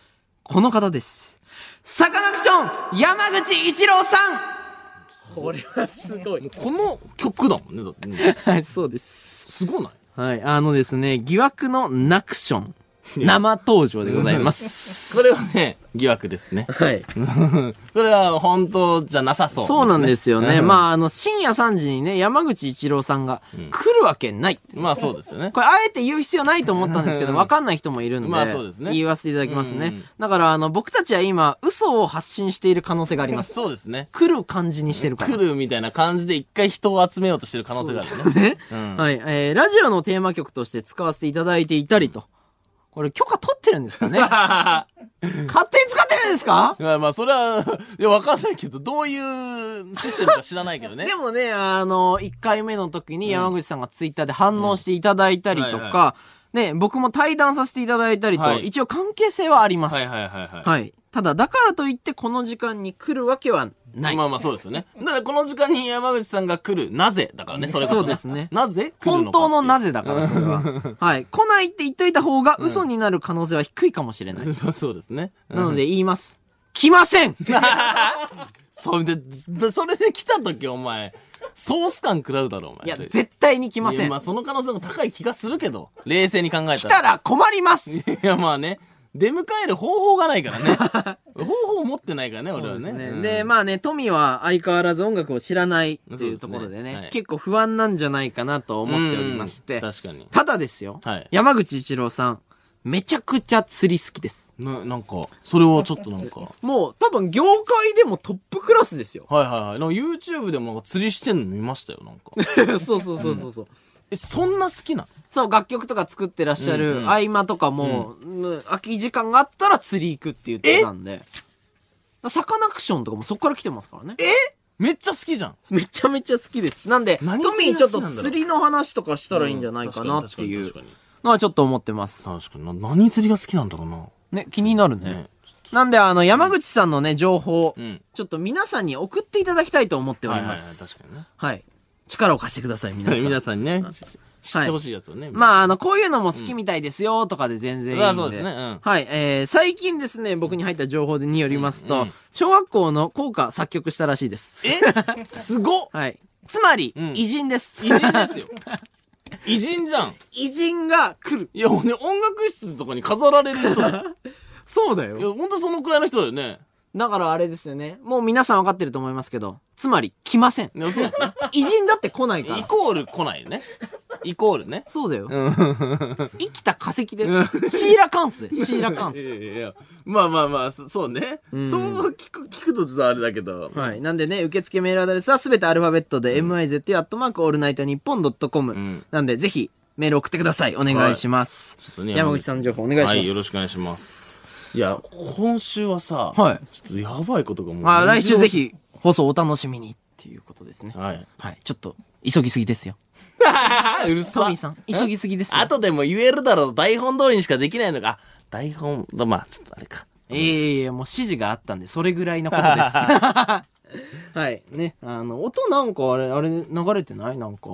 この方です。サカナクション山口一郎さんこれはすごい。この曲だもんね、だって。 はい、そうです。 すごないはい、あのですね、疑惑のナクション。生登場でございます。 す。これはね、疑惑ですね。はい。これは本当じゃなさそう。そうなんですよね。うんまあ、あの、深夜3時にね、山口一郎さんが来るわけない。まあそうですよね。これ、あえて言う必要ないと思ったんですけど、わかんない人もいるんで、まあそうですね言わせていただきますね。うんうんだから、あの、僕たちは今、嘘を発信している可能性があります。そうですね。来る感じにしてるから。来るみたいな感じで一回人を集めようとしてる可能性がある よね。 ね、んはい。えー、ラジオのテーマ曲として使わせていただいていたりと。これ、許可取ってるんですか ね勝手に使ってるんですかまあまあ、それは、いや、わかんないけど、どういうシステムか知らないけどねで。もね、あの、1回目の時に山口さんがツイッターで反応していただいたりとうんはいか、ね、僕も対談させていただいたりと、はい一応関係性はあります。はいはい。はいはいはい。ただ、だからといってこの時間に来るわけはない。まあまあそうですよね。だからこの時間に山口さんが来る、なぜだからね、それこそ、そうですねなぜ来る本のか当のなぜぜだから、それは。はい。来ないって言っといた方が嘘になる可能性は低いかもしれない。 そうですね。うんなので言います。来ませ んそれで、でそれで来た時お前、ソース感食らうだろ、お前。いや、で絶対に来まいせやんま。あその可能性も高い気がするけど、冷静に考えたら。来たら困ります いや、まあね。出迎える方法がないから ね。方法を持ってないからね、俺はね。ねうんで、まあね、富は相変わらず音楽を知らないっていうところでね、そうですねはい結構不安なんじゃないかなと思っておりまして、うん確かに。ただですよ、はい山口一郎さん、めちゃくちゃ釣り好きです。な、なんか、それはちょっとなんか。はい。もう多分業界でもトップクラスですよはいはい。なんか YouTube でもなんか釣りしてんの見ましたよ、なんか。 そうそうそうそうそう。え、そんな好きなそう、楽曲とか作ってらっしゃうんうるん合間とかも、うん空き時間があったら釣り行くって言ってたんで。だサカナクションとかもそこから来てますからね。めっちゃ好きじゃん。 めちゃめちゃ好きです。なんで、ト何釣ミりーがちょ好っきなとんだろう釣りの話とかしたらいいんじゃないかなっていう確かに確かのはちょっと思ってます。に確かにな何釣りが好きなんだろうな。ね、気になるね。ねなんで、あの、山口さんのね、情報、うんちょっと皆さんに送っていただきたいと思っておりまはいす。はいはい、はい力を貸してください、皆確かさにね。ん。皆さんにね、し知ってほしいやつをね。まあ、あの、こういうのも好きみたいですよ、とかで全然いいんで。ああそうですねうんはい。えー、最近ですね、僕に入った情報によりますと、うんうん小学校の校歌作曲したらしいです。えすごっはい。つまり、うん偉人です。偉人ですよ。偉人じゃん。 偉人が来る。いや、俺、音楽室とかに飾られる人だ よ。そうだいや、。ほんとそのくらいの人だよね。だからあれですよね。もう皆さん分かってると思いますけど、つまり来ません。いやそうです ね。偉人だって来ないかイら。コール来ないよね。イコールね。そうだよ。うん。生きた化石で。シーラカンスで。シーラカンい ス。やいやいや。まあまあまあ、そそうね。そう聞く、聞くとちょっとあれだけど。はい。なんでね、受付メールアドレスはすべてアルファベットで、miz.allnightnippon.com、んなんで、ぜひ、メール送ってください。お願いします。ちょっとね山口さんの情報お願いします。。はいよろしくお願いしますいや、今週はさ、はいちょっとやばいことがもう。まあ、来週ぜ。ひ、放送お楽しみにっていうことですね。はい。はい。ちょっと、急ぎすぎですよ。あ、 うるさトミーさん、急ぎすぎですよ。後でも言えるだろう。台本通りにしかできないのか。あ台本、まあ、ちょっとあれか。いやいやいや、もう指示があったんで、それぐらいのこ とです。はい。ね。あの、音なんかあれ、あれ流れてないなんか。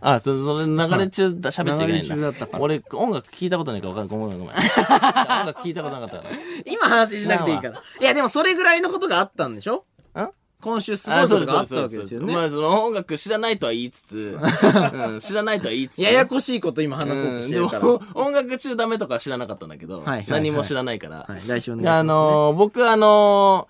あ、それ、それ流れ中だ、喋っちゃいけないんだ。流れ中だったから俺、音楽聞いたことないから分かんない。ごめん ごめん。音楽聞いたことなかったか今話しなくていいから。いや、でもそれぐらいのことがあったんでしょら。ん今週すごあいこそうでとすがあそうったわでけですすそうよですね。まあ、その音楽知らないとは言いつつ、うん知らないとは言いつつね。ややこしいこと今話そううとんしてでるから。はも、音楽中ダメとかは知らなかったんだけどはいはい、何も知らないから。い、来週お願いします、ね。あのー、僕あの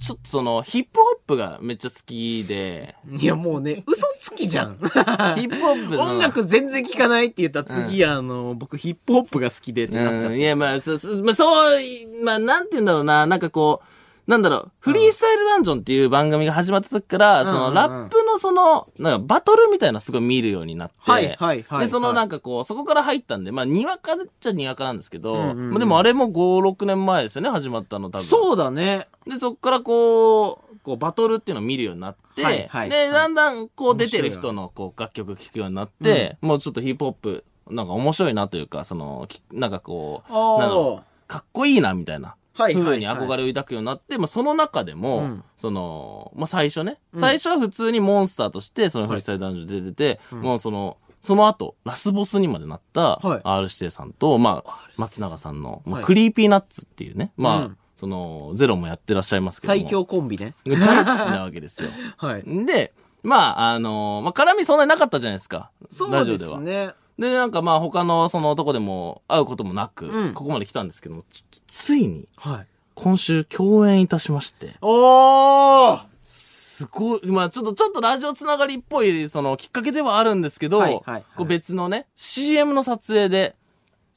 ー、ちょっとその、ヒップホップがめっちゃ好きで、いや、もうね、嘘つき じゃん。ヒップホップの。音楽全然聞かないって言ったら次、あの、僕ヒップホップが好きでってなっちゃうっん、いや、まあ、そそまあ、そう、まあ、なんて言うんだろうな、なんかこう、なんだろう、フリースタイルダンジョンっていう番組が始まった時から、そうんうの、んラップのその、なんかバトルみたいなのすごい見るようになって、はいはいはいで、そのはいなんかこう、そこから入ったんで、まあ、にわかっちゃにわかなんですけど、んうんうんまあ、でもあれも5、6年前ですよね、始まったの多た。分。そうだね。で、そこからこう、こうバトルっていうのを見るようになって、はいはいで、だんだんこう面出白ていなる人のこう楽曲聴くようになって、もうちょっとヒップホップ、なんか面白いなというか、その、きなんかこう、あーなんだろうかっこいいなみたいな。はいはいは風いに憧れを抱くようになって、まあ、その中でも、うんその、まあ、最初ね、最初は普通にモンスターとして、そのフリースタイルダンジョンで出てて、もうその、その後、ラスボスにまでなった、はい R 指定さんと、まあ、松永さんの、まはあ、いクリーピーナッツっていうね、まあ、うんその、ゼロもやってらっしゃいますけども。最強コンビね。大好きなわけですよ。はい。で、まあ、あのまあ、絡みそんなになかったじゃないですか。そうでラジすオでは。ね。で、なんかまあ他のその男でも会うこともなく、うんここまで来たんですけども、つついにはい。今週共演いたしまして、おーすごい、まあちょっと、ちょっとラジオつながりっぽい、そのきっかけではあるんですけど、はいはいはいこう別のね、CM の撮影で、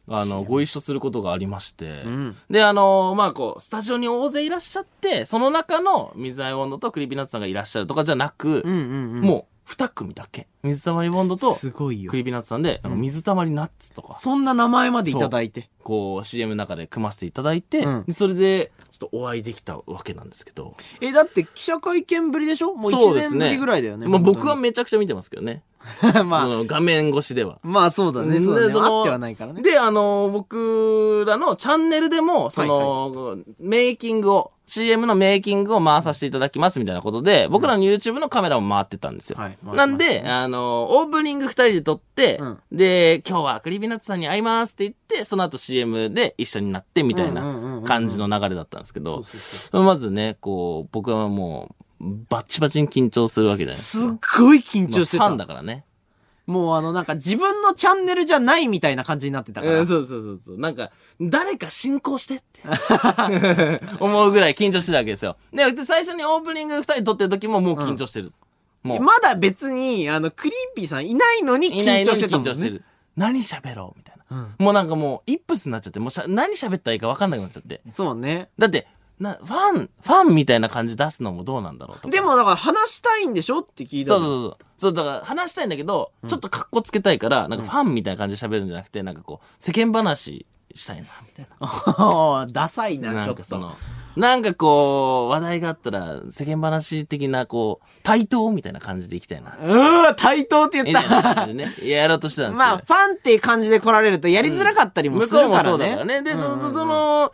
あの、ご一緒することがありまして、んで、あのまあこう、スタジオに大勢いらっしゃって、その中の水溜りボンドとクリビナッツさんがいらっしゃるとかじゃなく、うんうんうん。もう二組だけ。水溜りボンドと、すごいよク。リビナッツさんで、なんか水溜りナッツとか、そんな名前までいただいて。こう CM の中で組ませていただいて、うんでそれでちょっとお会いできたわけなんですけど、え、だって記者会見ぶりでしょもうそ1うです年ねぶりぐらいだよね。まあ、僕は本めちゃくちゃ見てますけどね、当に、 まそあ、の画面越しでは。まあそうだね。そうだね。そのあってはないからね。で、あの僕らのチャンネルでも、その、メイキングを、CM のメイキングを回させていただきますみたいなことで、僕らの YouTube のカメラも回ってたんですよ。はい回ってましたなんで、あのオープニング二人で撮って、んで、今日はクリビナッツさんに会いますって言って、その後 CM で一緒になってみたいうんうんうんうんうなん感じの流れだったんですけど、そうそまずね、こう、僕はもう、バッチバチに緊張するわけじゃないですすっごいか。緊まあ張してファた。ンだからね。もうあの、なんか自分のチャンネルじゃないみたいな感じになってたから。うんそうそうそうそう。なんか、誰か進行してって 思うぐらい緊張してたわけですよ。で、で最初にオープニング二人撮ってる時ももう緊張してる。もう、まだ別に、あの、クリーピーさんいないのにいな緊いのに張してた緊もんね。張してる。何喋ろうみたいな、もうなんかもう、イップスになっちゃって、もうしゃ何喋ったらいいか分かんなくなっちゃって。そうね。だって、な、ファン、ファンみたいな感じ出すのもどうなんだろうとか。でもだから話したいんでしょって聞いたそのうそうそう。そう、だから話したいんだけど、ちょっと格好つけたいから、なんかファンみたいな感じで喋るんじゃなくて、なんかこう、世間話したいな、みたいな。あー ダサいな、なちょんっかそと。の、なんかこう、話題があったら、世間話的な、こう、対等みたいな感じでいきたい な。うー、対等ってみ言った いなた。感じでね、やろうとしてたんですけまどあ、ファンっていう感じで来られるとやりづらかったりも向すこうるもかそらうだからね。ね。で、そそその、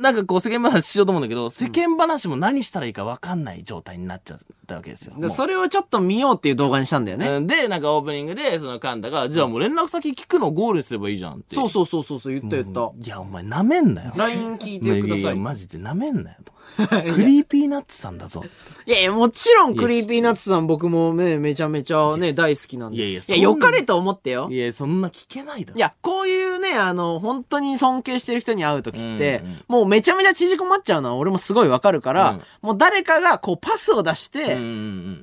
なんかこう世間話しようと思うんだけど、世間話も何したらいいか分かんない状態になっちゃったわけですよ。でもうそれをちょっと見ようっていう動画にしたんだよね。うんで、なんかオープニングで、そのカンタが、じゃあもう連絡先聞くのゴールにすればいいじゃんって。そうそうそうそうそう、言った言った。いや、お前舐めんなよ。 LINE 聞いてくだいさやい。マジで舐めんなよと。 クリーピーナッツさんだぞ。いやいや、もちろん、クリーピーナッツさん僕もね、めちゃめちゃね、大好きなんで。いやいやいや、そんな良かれと思ってよ。いや、そんな聞けないだろ。いや、こういうね、あの、本当に尊敬してる人に会うときって、うんうんもうめちゃめちゃ縮こまっちゃうのは俺もすごいわかるから、うんもう誰かがこうパスを出して、うんう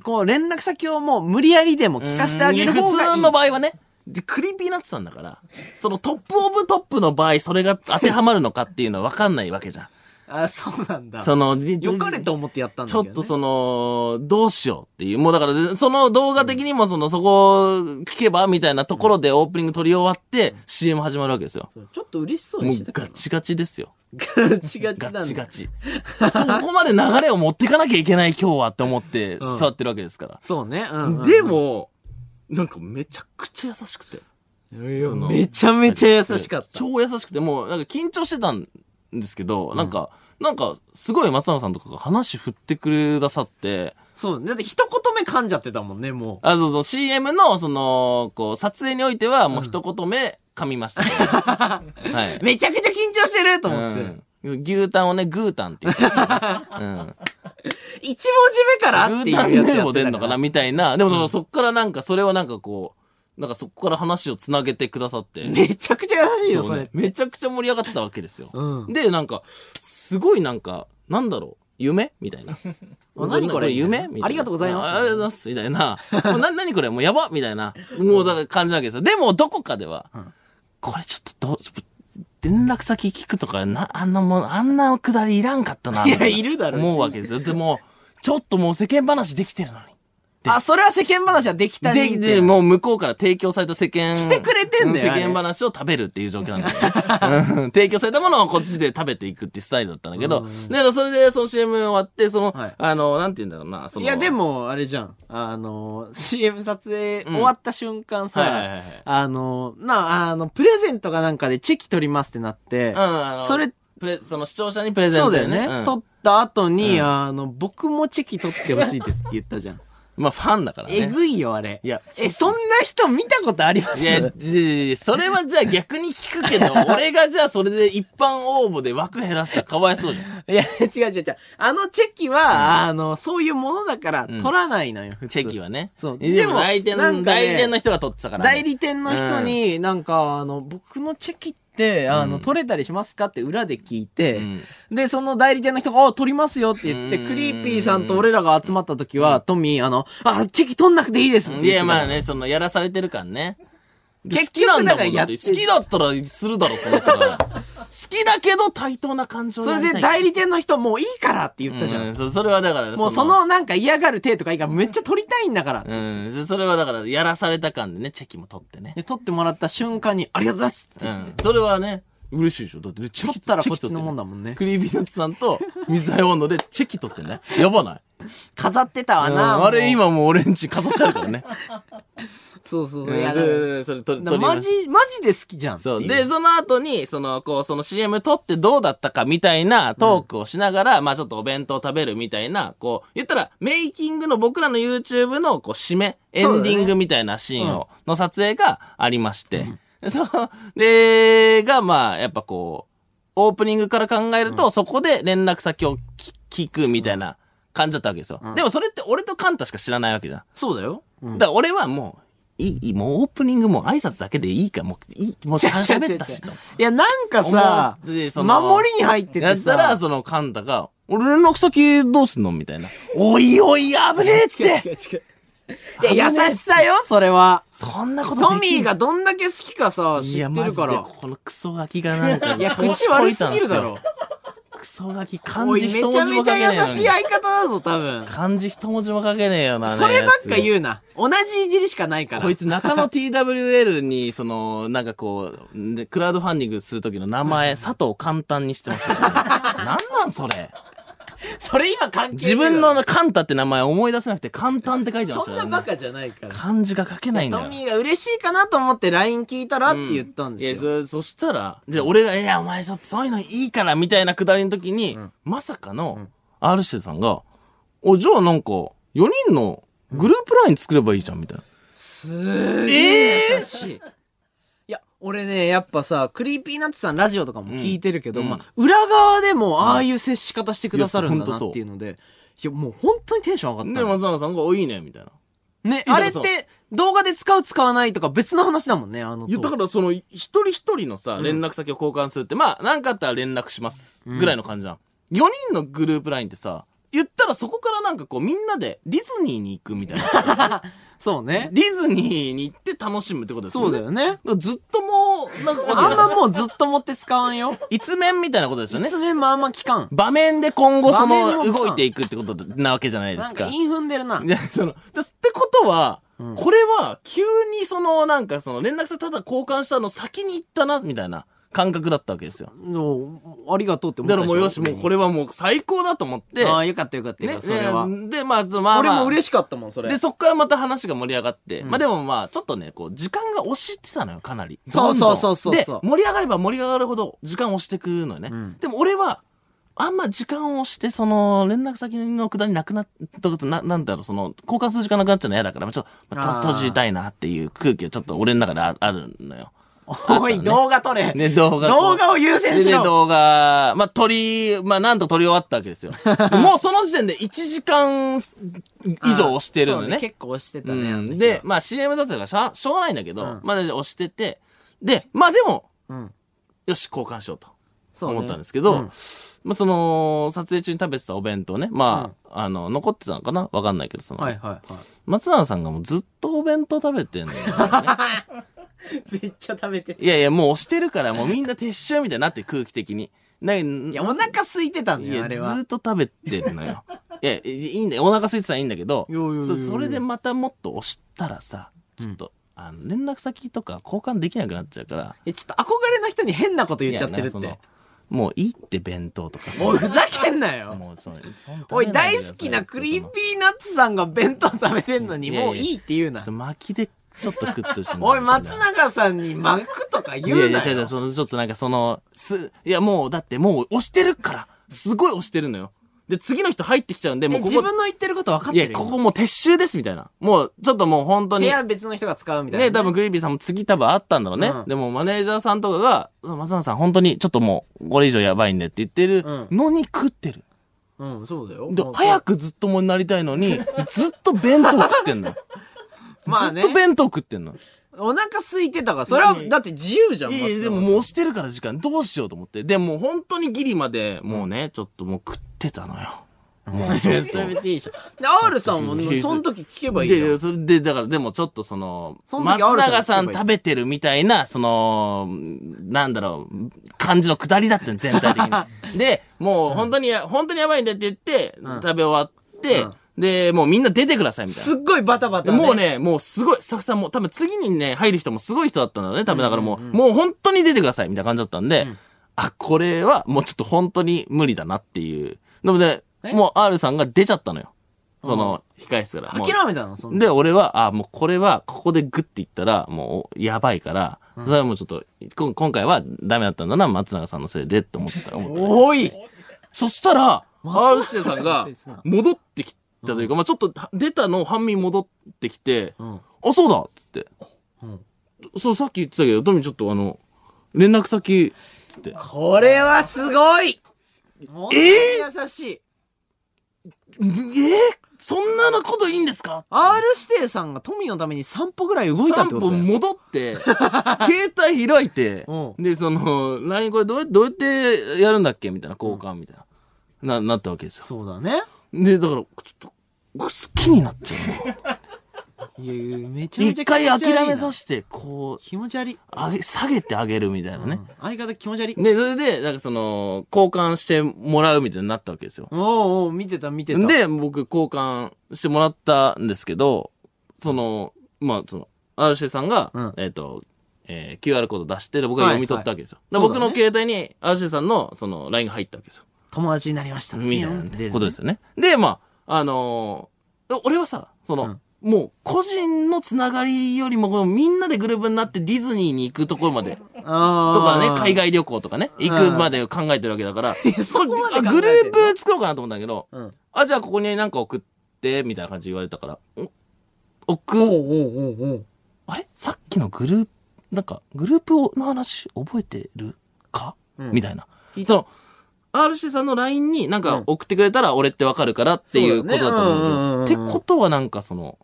んこう連絡先をもう無理やりでもうん。聞かせてあげる方いやが普いい。通の場合はね、でクリーピーナッツさんだから、そのトップオブトップの場合、それが当てはまるのかっていうのは分かんないわけじゃん。 あ、そうなんだ。その、良かれと思ってやったんだちけど、ょっね。とその、どうしようっていう。もうだから、その動画的にもその、そこを聞けばみたいなところでオープニング撮り終わって、CM 始まるわけですよ。そうちょっと嬉しそうもにうしてたかガら。チガチですよ。ガチガチガなんチだ。ガチ。そこまで流れを持ってかなきゃいけない今日はって思ってん座ってるわけですから。そうね。うんうんうんで、も、なんかめちゃくちゃ優しくて。いやそのめちゃめちゃ優しかった。超優しくて、もうなんか緊張してたんですけど、なんか、なんかすごい松永さんとかが話振ってくださって、そう。だって一言目噛んじゃってたもんね、もう。あ、そうそう、CM の、その、こう、撮影においては、もう一言目、噛みま した。はい。めちゃくちゃ緊張してるとう思って。ん。牛タンをね、グータンって言ってましたね、うん。一文字目から ってグいータンうやつやってたでから。も出んのかなみたいな。でも、そっからなんか、それをなんかこう、なんかそこから話をつなげてくださって。めちゃくちゃ優しいよ、そそうれね。めちゃくちゃ盛り上がったわけですよ。うんで、なんか、すごいなんか、なんだろう。夢みた いな。あ何これ夢みたいなみたいな。ありがとうございますあありがとうございます。みたいな。もうな 何これもうやばみたいな。もうだから感じなわけですよ。でも、どこかでは、これちょっとどう、連絡先聞くとか、な、あんなもん、あんなくだりいらんかったな。いやみたないるだろ思うわけですよ。でも、ちょっともう世間話できてるのに。あ、それは世間話はできたで、ね。で、もう向こうから提供された世間。してくれてんだよう世間話を食べるっていう状況なんだよね。うん提供されたものをこっちで食べていくっていうスタイルだったんだけど、で、それでその CM 終わって、その、はいあの、なんて言うんだろうな、その。いや、で、も、あれじゃん。あの、CM 撮影ん終わった瞬間さ、はいはいはいはいあの、まあ、あの、プレゼントかなんかでチェキ取りますってなって、うん、あのそれ、プレ、その視聴者にプレゼンそトうだようね。ん 取った後に、あの、僕もチェキ取ってほしいですって言ったじゃん。まあファンだからね。えぐいよ、あれ。いやえ、そんな人見たことありますいや、いやいやいやそれはじゃあ逆に聞くけど、俺がじゃあそれで一般応募で枠減らしたらかわい そうじゃん。いや、違う違う違う。あのチェキは、あの、そういうものだから、取らないのよ、普通チェキはね。そうででもも代理店なんかね代理店の人が取ってたから、ね。代理店の人に、なんか、あの、僕のチェキって、あの、取れたりしますかって裏で聞いて、で、その代理店の人が、あ、取りますよって言って、うんクリーピーさんと俺らが集まった時は、トミー、あの、あ、チェキ取んなくていいですってい言ってや、たまあね、その、やらされてる感ね。結好きなん局だもだからんだやっってて好きだったらするだろ、その人は 好きだけど対等な感情それで代代理店の人、もういいからって言ったじゃん。うん、そそれはだから、もうそ、のなんか嫌がる手とかいいからめっちゃ取りたいんだから。うん、そそれはだから、やらされた感でね、チェキも取ってね。で、取ってもらった瞬間に、ありがとうございますってうん、それはね、嬉しいでしょ。だってね、チェ取キったらこっちのもんだ。だもんね。クリービーナッツさんと水彩温度でチェキ取ってね。やばない。飾ってたわうんな。もうあれ。今もう俺んち飾ってあるから ね。そうそううそんう。いやそれ、それ取り、だか取りらまマしジ、マジで好きじゃんってい。そうう。で、その後に、その、こう、その CM 撮ってどうだったかみたいなトークをしながら、まあちょっとお弁当食べるみたいな、こう、言ったら、メイキングの僕らの YouTube の、こう、締め、エそうだンねディングみたいなシーンを、の撮影がありまして。 そう。で、が、まあやっぱこう、オープニングから考えると、そこで連絡先をき聞くみたいな感じだったわけですよ。でもそれって俺とカンタしか知らないわけじゃん。そうだよ。だから俺はもう、いいいい、もうオープニングも挨拶だけでいいから、もう、いい、もう喋った しと。いや、なんかさ、思ってその守りに入ってやてったら、さ、その、カンタが、俺連絡先どうすんのみたいな。おいおい、危ねえっていや、優しさよ、それは。そんなことできトミーがどんだけ好きかさ、い知や、ってマるジかで、ら。このクソガキがなん か、いや、口悪すぎるだろ。。クソガキ、漢おい、字めち一文ゃ字めもち書ゃけねえ優よしい相方だぞ、多分。漢字一文字も書けねえよな。そればっかう。言うな。同じいじりしかないから。こいつ中野 TWL に、その、なんかこう、でクラウドファンディングする時の名前、佐藤簡単にしてま したからね。なんなんそれ。それ今関係自分のカンタって名前思い出せなくて、簡単って書いてましそたからんなねバカじゃないから。漢字が書けないんだトよ。ミーが嬉しいかなと思って LINE 聞いたらって言ったんですよ。いや、そ、そしたら、で、俺が、いや、お前そ、そういうのいいから、みたいなくだりの時に、まさかの、R シテさんが、お、じゃあなんか、4人のグループライン作ればいいじゃん、みたいな。すげえ優しい。いや、俺ね、やっぱさ、クリーピーナッツさんラジオとかも聞いてるけど、うんまあ、裏側でもああいう接し方してくださるんだいやなそうっていうので、いや、もう本当にテンション上がったで、の。松永さんが、お、いいね、みたいな。ね、いやあれっそうて動画で使う使わないとか別の話だもんね、あの。いや、だからその、一人一人のさ、連絡先を交換するって、まあ、なんかあったら連絡します。ぐらいの感じじゃん。4人のグループラインってさ、言ったらそこからなんかこう、みんなでディズニーに行くみたいな。そうね。ディズニーに行って楽しむってことですよね。そうだよね。だからずっともう、なんかわけわかあんんない、まもうずっと持って使わんよ。一面みたいなことですよねい。つめまあんま聞かん。場面で今後そ場面のを使動ういていくってことなわけじゃないでなすんかか。。韻踏んでるないや、その、 だってことは、これは急にそのなんかその連絡先ただ交換したの先に行ったな、みたいな感覚だったわけですよ。もうありがとうって思っただかでしらもょうよし、もうこれはもう最高だと思って、ああ、よかったよかったよかった、それは。ねで、まあ、そのまあ、まあ、しかったもん、そで、そっからまた話が盛り上がって、まあでもまあ、ちょっとね、こう、時間が押してたのよ、かなり。そうそうそうそうどんそどんうで、盛り上がれば盛り上がるほど、時間を押してくのよね。でも俺は、あんま時間を押して、その、連絡先のくだりなくなったこと、な、なんだろう、その、交換する時間なくなっちゃうの嫌だから、まあちょっと、まあ、あーと閉じたいなっていう空気はちょっと俺の中でああるの よ。おい、動画撮れ。ね、動画。動画を優先でしね、ろ。動画、まあ、撮り、まあ、なんと撮り終わったわけです よ。もうその時点で1時間以上押してるのそうね。結構押してたうね。あんの時はで、、まあ CM 撮影がしゃしょうがないんだけど、んまあ押してて、で、まあでも、うんよし、交換しようとそうね思ったんですけど、まあその、撮影中に食べてたお弁当ね、まあ、あの、残ってたのかなわかんないけど、その、はいはいは 松永さんがもうずっとお弁当食べ てんのよ。い。めっちゃ食べて。いやいや、もう押してるから、もうみんな撤収みたいになって空気的に。ないいや、お腹空いてたんいだよ、や、あずれーは。っと食べてんの よ。いや、いいいんだよ。お腹空いてたらいいんだけど、いやいやいやいやそそれでまたもっと押したらさ、ちょっと、あの、連絡先とか交換できなくなっちゃうから。え、ちょっと憧れの人に変なこと言っちゃってるっいやなんてか。そのもういいって弁当とかさ。おい、ふざけんなよ。もうその、そのおい、大好きなクリーピーナッツさんが弁当食べてんのに、いやいやもういいって言ーうちょなっと。巻きで、ちょっと食っとし おい、松永さんに巻くとか言いうやないや、違う違う、よ。その、ちょっとなんかその、す、いやもう、だってもう押してるから、すごい押してるのよ。で、次の人入ってきちゃうんで、もうえこ自こ、分の言ってること分かっいてや、るここもう撤収です、みたいな。もう、ちょっともう本当部に。屋別の人が使うみたいなね、多分グリービーさんも次多分あったんだろうね。うんでもマネージャーさんとかが、うん松永さん本当にちょっともうこれ以上やばいんでって言ってるうんのに食ってる。うんそうだよでもう、早くずっともになりたいのに、ずっと弁当食ってんの。 まあずねっと弁当食ってんの。お腹空いてたからそれはだって自由じゃんいやいや、松で永ももう押してるから時間どうしようと思って。でも本当にギリまで、もうね、ちょっともう食ってたのよ。もうちょっそと。れ別にいいじゃんで R さんもその時聞けばいいじゃで、んそれで、だから、でもちょっとその、その松時あるじゃん永さん例えば食べてるみたいな、その、なんだろう、感じの下りだったの、全体的に。 で、もう本当に、本当にやばいんだって言って、食んべ終わって、で、もうみんな出てください、みたいな。すっごいバタバタ、ね、もうね、もうすごい、スタッフさんも多分次にね、入る人もすごい人だったんだろうね。多分だからもう、もう本当に出てくださいみたいな感じだったんで、あ、これはもうちょっと本当に無理だなっていう。なので、もう R さんが出ちゃったのよ。その、控室から。もう諦めたのそんなで、俺は、あ、もうこれは、ここでグッていったら、もう、やばいから、それはもうちょっと、こ今回はダメだったんだな、松永さんのせいで、って思った。思ったおいそしたら、松 R 永指さん定さんが先生な、戻ってきたというか、まあちょっと、出たのを半身戻ってきて、んあ、そうだっつって。んそう、さっき言ってたけど、トミーちょっとあの、連絡先、つって。これはすごい本当に優しい、えそんなのこといいんですか R 指定さんが富のために散歩ぐらい動いたってことだ3よ歩戻って、 携帯開いてう、で、その、LINE これどうやどうやってやるんだっけみたいな、交換みたいな。な、なったわけですよ。そうだねで、だから、ちょっと、好きになっちゃう。いやいやめちゃ めちゃ一回諦めさせせて、こう、気持ち悪い、上げ、下げてあげるみたいなね。相方気持ち悪いで、それで、なんかその、交換してもらうみたいになったわけですよ。おうおう見てた見てたで、僕交換してもらったんですけど、その、まあ、その、RC さんが、うんえっ、と、えー QR コード出して、で僕がはい読み取ったわけですよ。でそうだね僕の携帯に RC さんの、その、LINE が入ったわけですよ。友達になりましたみたいな出ることですよね。で、まあ、あのー俺はさ、その、もう、個人のつながりよりも、このみんなでグループになってディズニーに行くところまで、あーとかね、海外旅行とかね、行くまで考えてるわけだから、そこまで考えてんのグループ作ろうかなと思ったんだけど、うんあ、じゃあここになんか送って、みたいな感じで言われたから、お送おうおうおうおうあれさっきのグループ、なんか、グループの話覚えてるか、みたいな。その、RC さんの LINE になんか送ってくれたら俺ってわかるからっていうことだと思うそうだねうんうんうんうんんだけど。ってことはなんかその、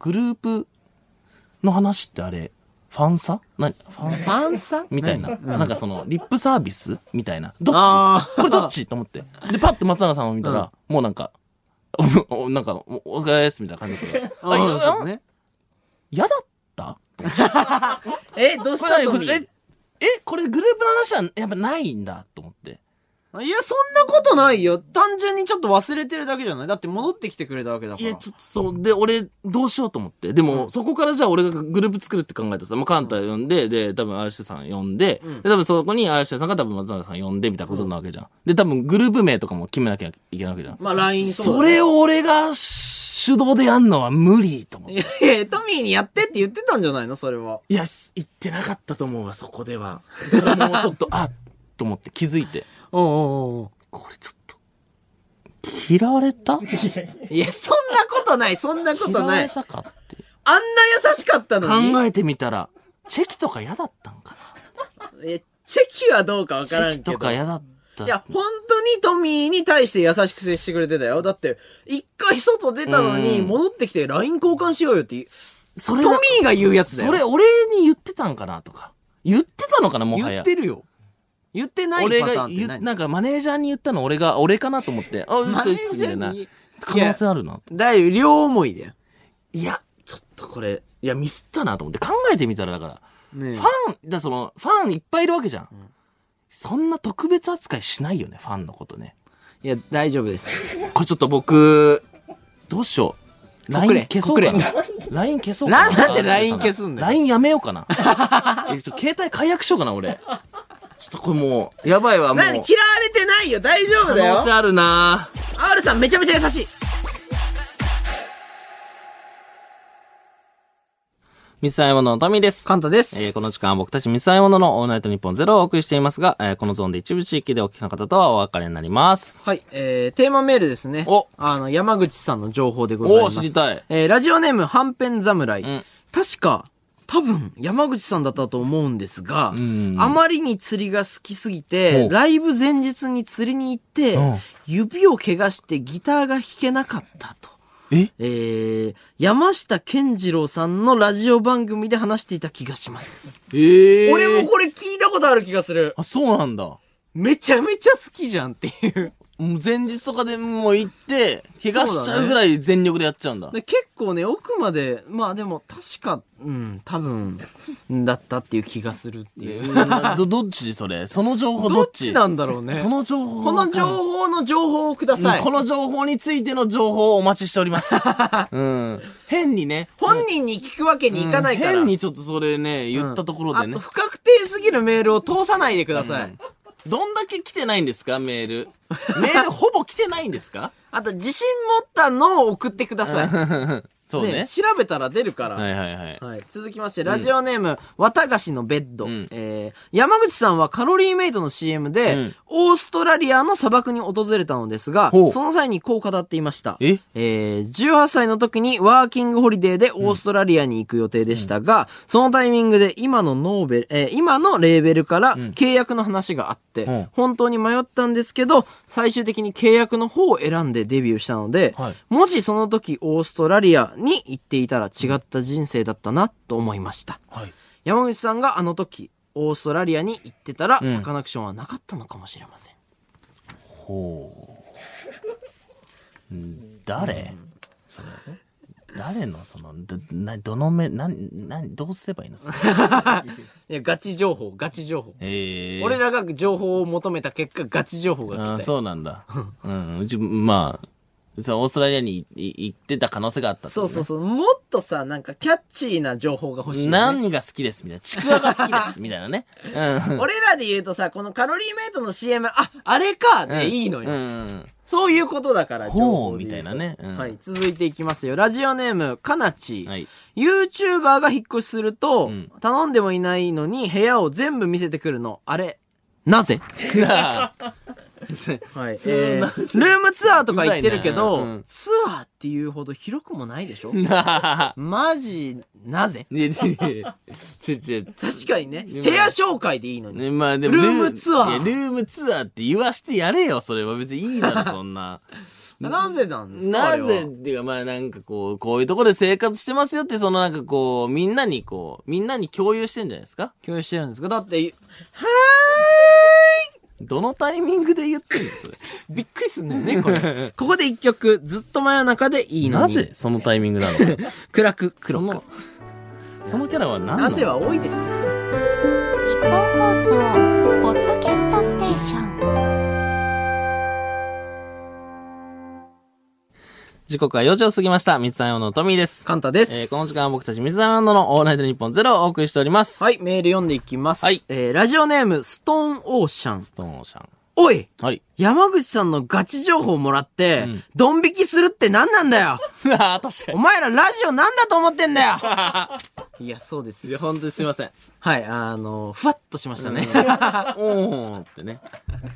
グループの話ってあれ、ファンサ何ファンサファンサみたいな。なんかその、リップサービスみたいな。どっあちこーれどっちと思って。で、パッと松永さんを見たら、もうなんか、 おおなんか、おお疲れですみたいな感じ で。ああ、いーそうや、ね嫌だったえどうこれ何トこミれーえ、え、これグループの話はやっぱないんだと思って。いや、そんなことないよ。単純にちょっと忘れてるだけじゃないだって戻ってきてくれたわけだかいら。や、ちょっとそう、で、俺、どうしようと思って。でも、そこからじゃあ俺がグループ作るって考えたらさ、まあ、カンタ呼んで、で、多分、アイシュさん呼んで、で、多分そこにアイシュさんが多分松永さん呼んで、みたいなことなわけじゃん。で、多分、グループ名とかも決めなきゃいけないわけじゃん。まあ、LINE それを。を俺が主導でやんのは無理と思って。いやいや、トミーにやってって言ってたんじゃないのそれは。いや、す言ってなかったと思うわ、そこでは。だからもうちょっと、あと思って気づいて。おうおうこれちょっと、嫌われたおういや、そんなことない、そんなこと嫌わなれい。たかって。あんな優しかったのに。考えてみたら、チェキとか嫌だったんかなえ、チェキはどうかわからんチけェキど。とか嫌だった。いや、本当にトミーに対して優しく接してくれてたよ。だって、一回外出たのにうん戻ってきて LINE 交換しようよって言う、そトれミがーが言うやつだよ。それ俺に言ってたんかなとか。言ってたのかな、もは言やっ。てるよ。言ってない俺パターンがって言何う、なんかマネージャーに言ったの俺が、俺かなと思って、あ、うっすうっすみたいな。可能性あるな。だいぶ両思いだよ。いや、ちょっとこれ、いや、ミスったなと思って考えてみたら、だから、ねファン、だその、ファンいっぱいいるわけじゃん。そんな特別扱いしないよね、ファンのことね。いや、大丈夫 です。これちょっと僕、どうしよう。国連 LINE 消そうかな。LINE 消そうかな。なんで LINE 消すんだよ ?LINE やめようかな。 え、ちょ、携帯解約しようかな、俺。ちょっとこれもう、やばいわ、もう。なに、嫌われてないよ。大丈夫だ可能性よ。あるな R さんめちゃめちゃ優しい。水溜りボンドのトミーです。カンタです。えーこの時間は僕たちミスアイモノのオールナイトニッポンゼロをお送りしていますが、えーこのゾーンで一部地域でお聞きの方とはお別れになります。はい、えー、テーマメールですね。おあの、山口さんの情報でございます。お知りたいえー、ラジオネーム、はんぺん侍。ん確か、多分、山口さんだったと思うんですが、んあまりに釣りが好きすぎおて、ライブ前日に釣りに行ってうん、指を怪我してギターが弾けなかったと。ええー、山下健二郎さんのラジオ番組で話していた気がします。え俺もこれ聞いたことある気がする。あ、そうなんだ。もめちゃめちゃ好きじゃんっていう。う前日とかでもう行って、怪我しちゃうぐらい全力でやっちゃうんだ。で 結構ね奥までまあでも確かうん多分だったっていう気がするっていううんど、 どっちそれその情報どどっっちちなんだろうねその情報この情報の情報をください、うんこの情報についての情報をお待ちしており ます。うん。変にね。本人に聞くわけにいかないから、変にちょっとそれね、言ったところであねと。不確定すぎるメールを通さないでください、どんだけ来てないんですかメール。メール ほぼ来てないんですかあと自信持ったのを送ってください、そうね。調べたら出るから、はいはいはい。はい、続きまして、ラジオネーム、綿菓子のベッド、んえー山口さんはカロリーメイトの CM で、うんオーストラリアの砂漠に訪れたのですが、ほうその際にこう語っていました。ええー18歳の時にワーキングホリデーでオーストラリアに行く予定でしたが、そのタイミングで今のノーベル、えー今のレーベルから契約の話があって、うん本当に迷ったんですけど、最終的に契約の方を選んでデビューしたので、はいもしその時オーストラリアに行っていたら違った人生だったなと思いました。はい。山口さんがあの時、オーストラリアに行ってたら、んサカナクションはなかったのかもしれません。ほう。ん誰それ。誰のその、ど、な、どの目、な、な、どうすればいいのそ れ。いや、ガチ情報、ガチ情報。ええ俺らが情報を求めた結果、ガチ情報があ来ーて。そうなんだ。うん。うち、まあ、そうオーストラリアにいい行ってた可能性があったってそこうとね、そうそう。もっとさ、なんかキャッチーな情報が欲しい、ね。何が好きですみたいな。ちくわが好き ですみたいなね。うん。俺らで言うとさ、このカロリーメイトの CM、あ、あれかでいいのよ。うん。そういうことだかほら、う情報で言うとみたいなねうんはい、続いていきますよ。ラジオネーム、かなち。はい。 YouTuber が引っ越しすると、ん頼んでもいないのに部屋を全部見せてくるの。あれ、なぜなあはい。えんなー ルームツアーとか行ってるけうざど、いなうんツアーっていうほど広くもないでしょな あ。マジ、なぜね、ね、ちょ、ちょ、確かにね。 部屋紹介でいいのに。ね、まあでもルームツアーいやルームツアーって言わしてやれよ、それは。別にいいだろ、そん な。なぜなんですかなぜっていうか、まあなんかこう、こういうとこで生活してますよって、そのなんかこう、みんなにこう、みんなに共有してんじゃないですか共有してるんですかだって、はどのタイミングで言ってるのそれ。ーいびっくりすんだよね、これ。 ここで一曲、ずっと真夜中でいいのなに。ぜそのタイミングな のか暗くそ黒くの。、そのキャラは何ななのぜは多いです。日本放送ポッドキャストステーション時刻は4時を過ぎました。水溜りボンドのトミーです。カンタです。えー、この時間は僕たち水溜りボンドのオールナイトニッポンゼロをお送りしております。い。はい、メール読んでいきます。はいえー、ラジオネーム、ストーンオーシャンス。トーンオーシャン。おいはい。山口さんのガチ情報もらって、んドン引きするって何なんだ よああ、確かお。前らラジオなんだと思ってんだよ いや、そうです。いや、本当にすいません。はい、あの、ふわっとしましたね。おーってね。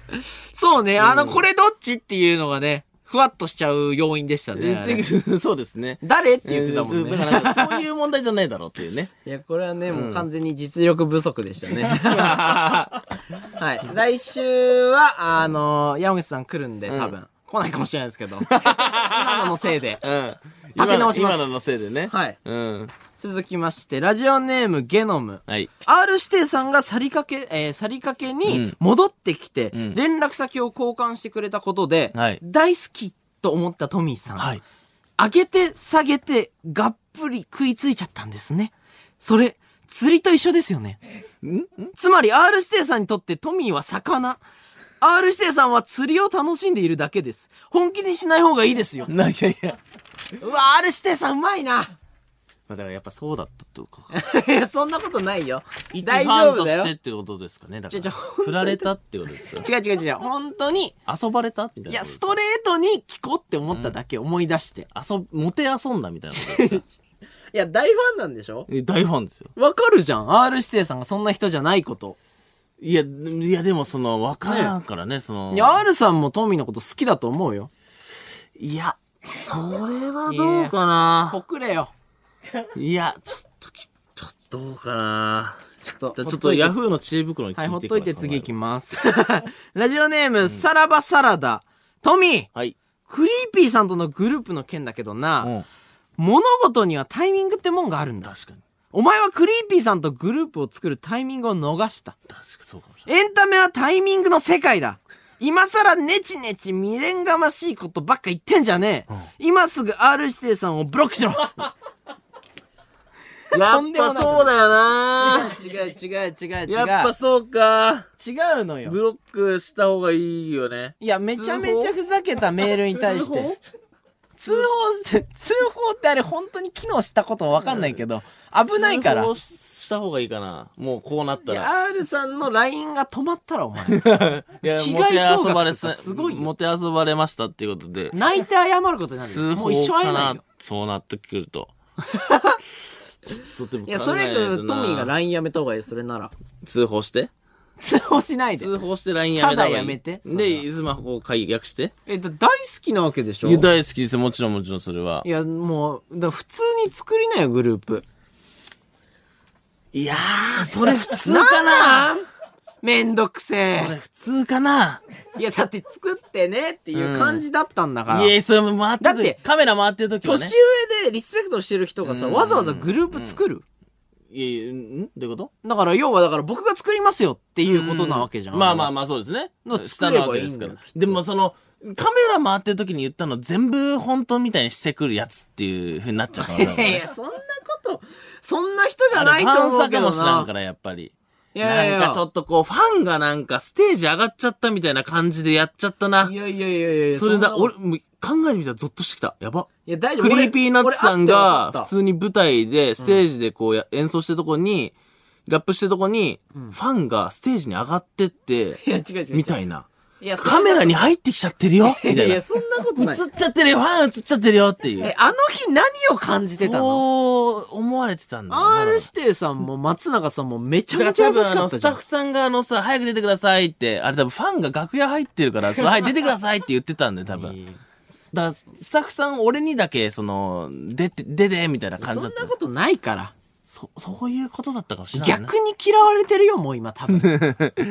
そうね、あの、これどっちっていうのがね、ふわっとしちゃう要因でしたね。あれで そうですね。誰って言ってたもんえね。ーだからなんかそういう問題じゃないだろうっていうね。 いや、これはね、もう完全に実力不足でしたね。はい。来週は、あの山口さん来るんで、多分、来ないかもしれないですけど。今ののせいで。うん。立て直します今の今ののせいでね。はいうん。続きまして、ラジオネームゲノム。はい。 R 指定さんが去りかけ、えー去りかけうんに戻ってきて、ん連絡先を交換してくれたことで、はい大好きと思ったトミーさ ん。はい。上げて下げて、がっぷり食いついちゃったんですね。それ、釣りと一緒ですよね。つまり R 指定さんにとってトミーは魚。R 指定さんは釣りを楽しんでいるだけです。本気にしない方がいいですよ。ないやいや。うわ、R 指定さんうまいな。まあだからやっぱそうだったとか。いや、 そんなことないよ。一大ファ丈ンと夫だしよ。て違ってことですかね。だかちょちらょ本当。に振られたってことですかう違う違う。本当に、遊ばれたみたいいなや、ことですスか。トレートに聞こうって思っただけ思い出して。遊、モテ遊んだみたいなことですか。いや、大ファンなんでしょ え大ファンですよ。わかるじゃん。R 指定さんがそんな人じゃないこと。いや、いやでもその、わからんからね、その。いや、R さんもトミーのこと好きだと思うよ。いや、それはどうかな ほくれよ。いや、ちょっとき、ちょっとどうかなちょっじとゃあちょっとヤフーの知恵袋に聞いはてい、からほっといて次行き考 ます。ラジオネーム、さらばサラダ。トミえーるはい。クリーピーさんとのグループの件だけどな、うん。物事にはタイミングってもんがあるんだ。確かに。お前はクリーピーさんとグループを作るタイミングを逃した。確かそうかもしれない。エンタメはタイミングの世界だ。今さらネチネチ未練がましいことばっか言ってんじゃねえ。今すぐ R 指定さんをブロックし ろやとんでもっなぱいそうだよな違う違う違う違う違う。やっぱそうか。違うのよブ。ロックした方がいいよね。いや、めちゃめちゃふざけたメールに対して。通報って、通報ってあれ本当に機能したことわかんないけど、危ないから。通報した方がいいかな。もうこうなったいら。や R さんの LINE が止まったらお前。いや、被もて害あ総そばれ額とさかすごいよもてあそばれましたっていうことで。泣いて謝ることになる通よ。も報う一生会かえないなよ。。そうなってくる と。ちょっとでもいや、それ考えよないりとなトミーが LINE やめた方がいい、それなら。通報して。通報しないで。通報して LINE やめた方がいいただやめてそれはで、スマホを解約して。えっと、大好きなわけでしょ。いや、大好きです。もちろんもちろんそれはいや、もう、だから普通に作りなよ、グループ。いやー、それ普通なかんななんめんどくせそれえ。普通かないや、だって作ってねっていう感じだったんだから。いや、それも回ってだるっ時てカメラ回ってる時は年ね。上でリスペクトしてる人がさ、わざわざグループ作る。いやいや、んどういうことだから、要はだから僕が作りますよっていうことなわけじゃん。まあまあままあそうですねの。下なわけですから作ればいいんだよきっ。でもその、カメラ回ってる時に言ったの全部本当みたいにしてくるやつっていう風になっちゃうから。いやいや、そんなこと、そんな人じゃないと思うけどな。ファンサかもしらんから、やっぱり。いやいやいやなんかちょっとこう、ファンがなんかステージ上がっちゃったみたいな感じでやっちゃったな。いやいやいやいや、それんだ、なもん俺、もう考えてみたらゾッとしてきた。やば。いや、大丈夫。クリーピーナッツさんが俺、俺あ普って通に舞台で、ステージでこうや、演奏してるとこに、ラップしてるとこに、ファンがステージに上がってって、分かったいや、違う違う違う。みたいな。いや、カメラに入ってきちゃってるよみ いたいやいな。映や、そんなことない。っちゃってるよファン映っちゃってるよっていうえ。、あの日何を感じてたのそう思われてたんだよな ?R 指定さんも松永さんもめちゃめだちかゃら多優し分あかの、っスたじタゃッんフ。さんがあのさ、早く出てくださいって、あれ多分ファンが楽屋入ってるから、そのはい、出てくださいって言って たんで、多分。だから、スタッフさん俺にだけ、その、出て、出て、みたいな感じだそんっなた。ことないから。そ、そういうことだったかもしれない、ね。逆に嫌われてるよ、もう今多分。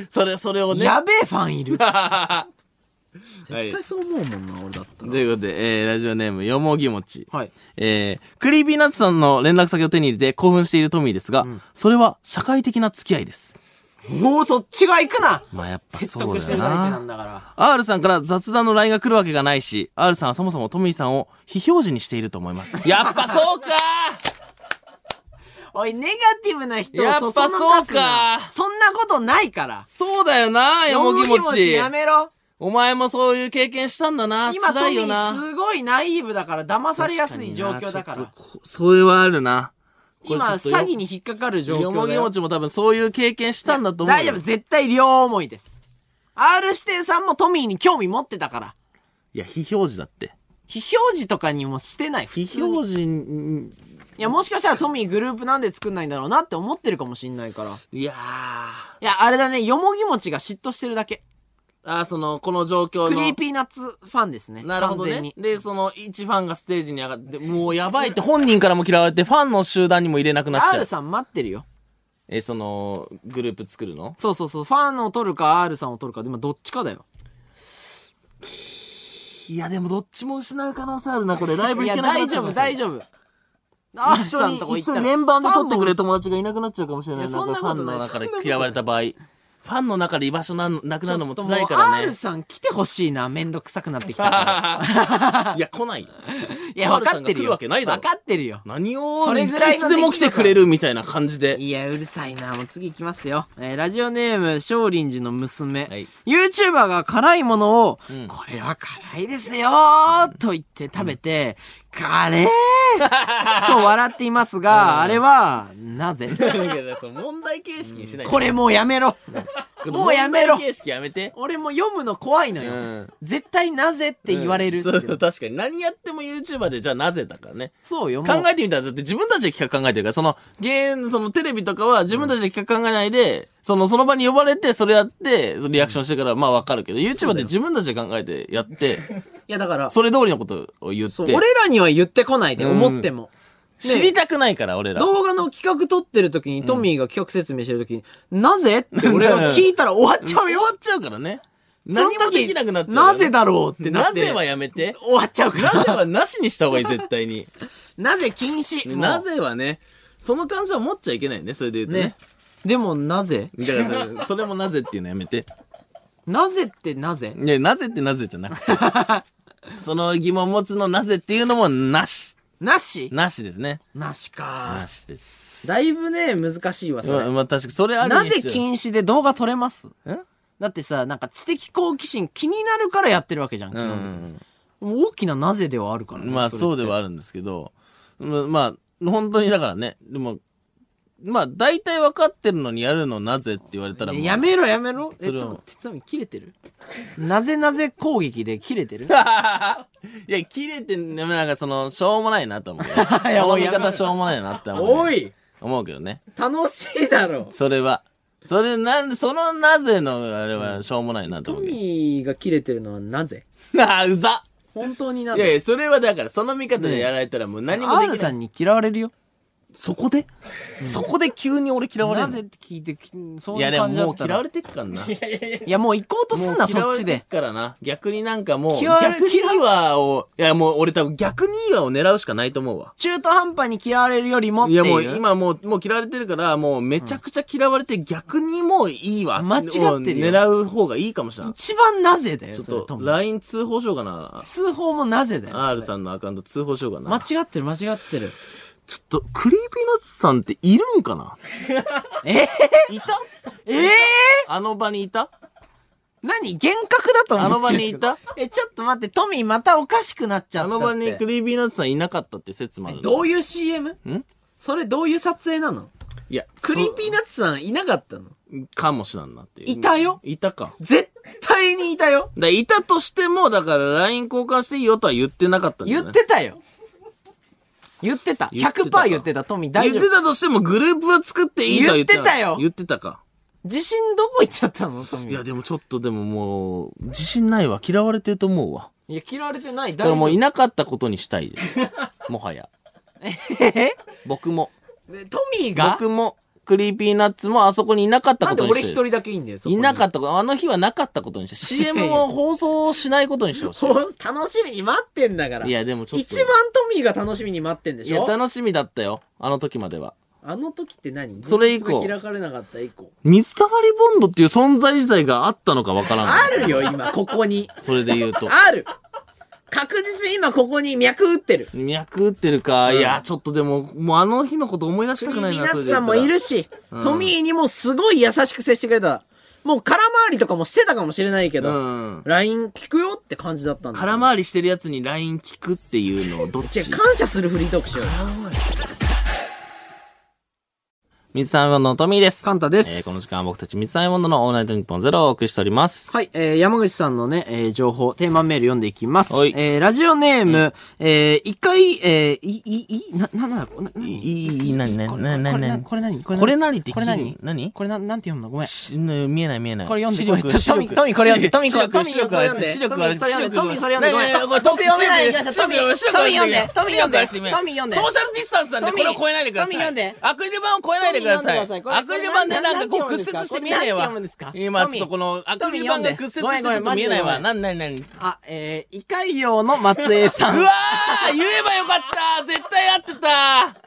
それ、それをね。やべえファンい る。はい絶対そう思うもんな、俺だったら。ということで、えー、ラジオネーム、よもぎもち。はい。えー、クリーピーナッツさんの連絡先を手に入れて興奮しているトミーですが、それは社会的な付き合いです。もうそっちが行くなまあやっぱ説そう得してだる大事な。なんだから。 R さんから雑談の LINE が来るわけがないし、R さんはそもそもトミーさんを非表示にしていると思います。 やっぱそうかおい、ネガティブな人をやっそぱそのかすそうなか。そんなことないから。そうだよな、よもぎもち。やめろ。お前もそういう経験したんだな。今ト辛いミよな。ーすごいナイーブだから騙されやすい状況だか確にな。らちょっとこそれはあるな。これ今ちょっと詐欺に引っかかる状よも況だぎよもちも多分そういう経験したんだと思うよ。大丈夫絶対両思いです R 指定さんもトミーに興味持ってたからいや、非表示だって。非表示とかにもしてない普非通に表示に、いやもしかしたらトミーグループなんで作んないんだろうなって思ってるかもしんないからいいやー。やあれだねよもぎもちが嫉妬してるだけあー、その、この状況の。クリーピーナッツファンですねなるほど完全ねに。で、その、一ファンがステージに上がって、もうやばいって本人からも嫌われて、ファンの集団にも入れなくなっちゃ R う。さん待ってるよえ、その、グループ作るのそうそうそうファンを取るか R さんを取るかで今どっちかだよいや、でもどっちも失う可能性あるな、これ。ライブい行やけなくな大っちゃ丈う夫大夫。丈夫 R 一さ緒んに、とこ行っ一た緒らに連番で取ってくれるファンも友達がいなくなっちゃうかもしれない。いやそんなことないんかファンのそんなこと中ないで嫌われた場合。ファンの中で居場所なんなくなるのも辛いかちょっともうら R ね。さん来てほしいな。めんどくさくなってきたから。 いや、来 ないよ。いや、わかっ R さんがてる来よ。るわけないだろわかってるよ。何を、それぐらいいのつでも来てくれるみたいな感じで。いや、うるさいな。もう次行きますよ。えーラジオネーム、少林寺の娘。はい。 YouTuber が辛いものを、んこれは辛いですよーと言って食べて、カレ ーと笑っていますが、あれは、なぜいやその問題形式にしないでこれもうやめろこのもうやめろ問題形式やめて。俺も読むの怖いのうよ。ん。絶対なぜって言われるってそいううそう、確かに。何やっても YouTuber で、じゃあなぜだからね。そうよ、もう考えてみたら、だって自分たちで企画考えてるから、その、ゲーム、そのテレビとかは自分たちで企画考えないで、その、その場に呼ばれて、それやって、そのリアクションしてから、まあわかるけど、YouTuber で自分たちで考えてやって、いやだから、それ通りのことを言っそうて、俺俺らには言ってこないで、うん思っても。知りたくないから、俺ら。動画の企画撮ってる時に、トミーが企画説明してる時に、なぜって俺が聞いたら終わっちゃう終よわっちゃうからね。その 何時もできなくなっちゃうからなね、ぜだろうってなっなて。ぜはやめて。終わっちゃうから。なぜはなしにした方がいい、絶対に。なぜ禁止。もうなぜはね、その感情は持っちゃいけないね、それで言うとねね。。でもなぜだからそれ、それもなぜっていうのやめて。なぜってなぜいや、なぜってなぜじゃなくて。その疑問持つのなぜっていうのもなし。なしなしですね。なしなか。しです。だいぶね、難しいわ、そまあ、れ。まあ、確かに、それあるなにぜしよう禁止で動画撮れますんだってさ、なんか知的好奇心気になるからやってるわけじゃん。基う本的にん。もう大きななぜではあるからね。まあ、れそうではあるんですけど、ままあ、本当にだからね、でも、まあ、大体分かってるのにやるのなぜって言われたらもう、やめろ、やめろ。え、ちそれはょっと待って、トミー切れてるなぜなぜ攻撃で切れて るいや、切れてん、でもなんかその、しょうもないなと思う。い やその見やめ方しょうもないなって思う、おい思うけどね。楽しいだろ。それは。それ、なんで、そのなぜの、あれは、しょうもないなとト思うけど。ミーが切れてるのはなぜああ、うざ本当にないやぜいや、それはだから、その見方でやられたらもう何もで ?R きなさい。んに嫌われるよ。そこでそこで急に俺嫌われなるぜっのて聞いて、きそういいや、うでも感じだもっうた嫌わら。れてっからな。いや、もう行こうとすんな、もう嫌そわっれちてっで。からな。逆になんかもう、嫌われ逆にいいわを、いやもう俺多分逆にいいわを狙うしかないと思うわ。中途半端に嫌われるよりもっていいう。やもう今もう、もう嫌われてるから、もうめちゃくちゃ嫌われて逆にもういいわ。間違ってるよを狙う方がいいかもしれない。一番なぜだよ、ちそれょっとと、も。 LINE 通報しようかな。通報もなぜだよ。それ R さんのアカウント通報しようかな。間違ってる、間違ってる。ちょっと、クリーピーナッツさんっているんか なええいたええあの場にいた何幻覚だと思っあてるの場にいたえ、ちょっと待って、トミーまたおかしくなっちゃあったのって。場にクリーピーナッツさんいなかったって説もある。どういいう CM? んそれどういう撮影なのいや、クリーピーナッツさんいなかったのそうかもしらんなっていう。いたよいたか。絶対にいたよで、いたとしても、だから LINE 交換していいよとは言ってなかったんだよ言ね。ってたよ。言ってた。言ってたか100%言ってた、トミー大丈言って夫。たとしてもグループは作っていいとは言ってな言ってたよ言ってたか。自信どこ行っちゃったのトミー。いや、でもちょっとでももう、自信ないわ。嫌われてると思うわ。いや、嫌われてない。だか大丈らもう夫。いなかったことにした いです。もはや。え僕も。でトミーが僕も、クリーピーナッツもあそこにいなかったなこんでとにして俺一人だけいいんだよ、そこいになかったこと、あの日はなかったことにして、CM を放送しないことにしてほし ほん楽しみに待ってんだから。い。いや、でもちょっと。一番トミーが楽しみに待ってんでいしや、ょ楽しみだったよ。あの時までは。あの時って何それ以降グループが開かれなかった以降。水溜りボンドっていう存在自体があったのかわからん。あるよ、今、ここに。それで言うと。ある確実に今ここに脈打ってる。脈打ってるか、いや、ちょっとでも、もうあの日のこと思い出しクリーたくないピーな、ナそッれツで言さったら。んもいるし、うんトミーにもすごい優しく接してくれた。もう空回りとかもしてたかもしれないけうど、ん。 LINE 聞くよって感じだったんだけど。空回りしてるやつに LINE 聞くっていうのをどっじゃちあ感謝するフリートークしようよ。水溜りボンドのトミーです。カンタですえーこの時間は僕たち水溜りボンドのオールナイトニッポンゼロをお送りしております。はい、えー、山口さんのね、えー、情報、テーマメール読んでいきます。はいえー、ラジオネーム、えー、一回、えー、い、い、い、な、な、な、な、な、いい、いい、なになこにれなになになにこれ何これ何これ何って聞いこれ何何これな、なんて読むのごめん。しね見えない見えない。これ読んで視力これちょ視力トミートミーこれ読んで視力トミーこれ視力トミー視力がある視力これ読んでがあるトミーそれ読んで視力があるトミーそれ読んでねえねえごめんこれトミー視力視力が視力読めない読めないトミー読んでがト視力がミー読んでトミー読んでソーシャルディスタンスなんでこトミーれを超えないでください。トミー読んでアクリル板を超えないでください。トミー読んでくだアさいクリル板でなんかこうこれ屈何折して見えねえわ何て読むんですか。今トちミーょっとこのアクリル板が屈折してちょっと見えないわ。なんなんなんあ、えー、異界用の松江さん。うわー言えばよかった絶対合ってた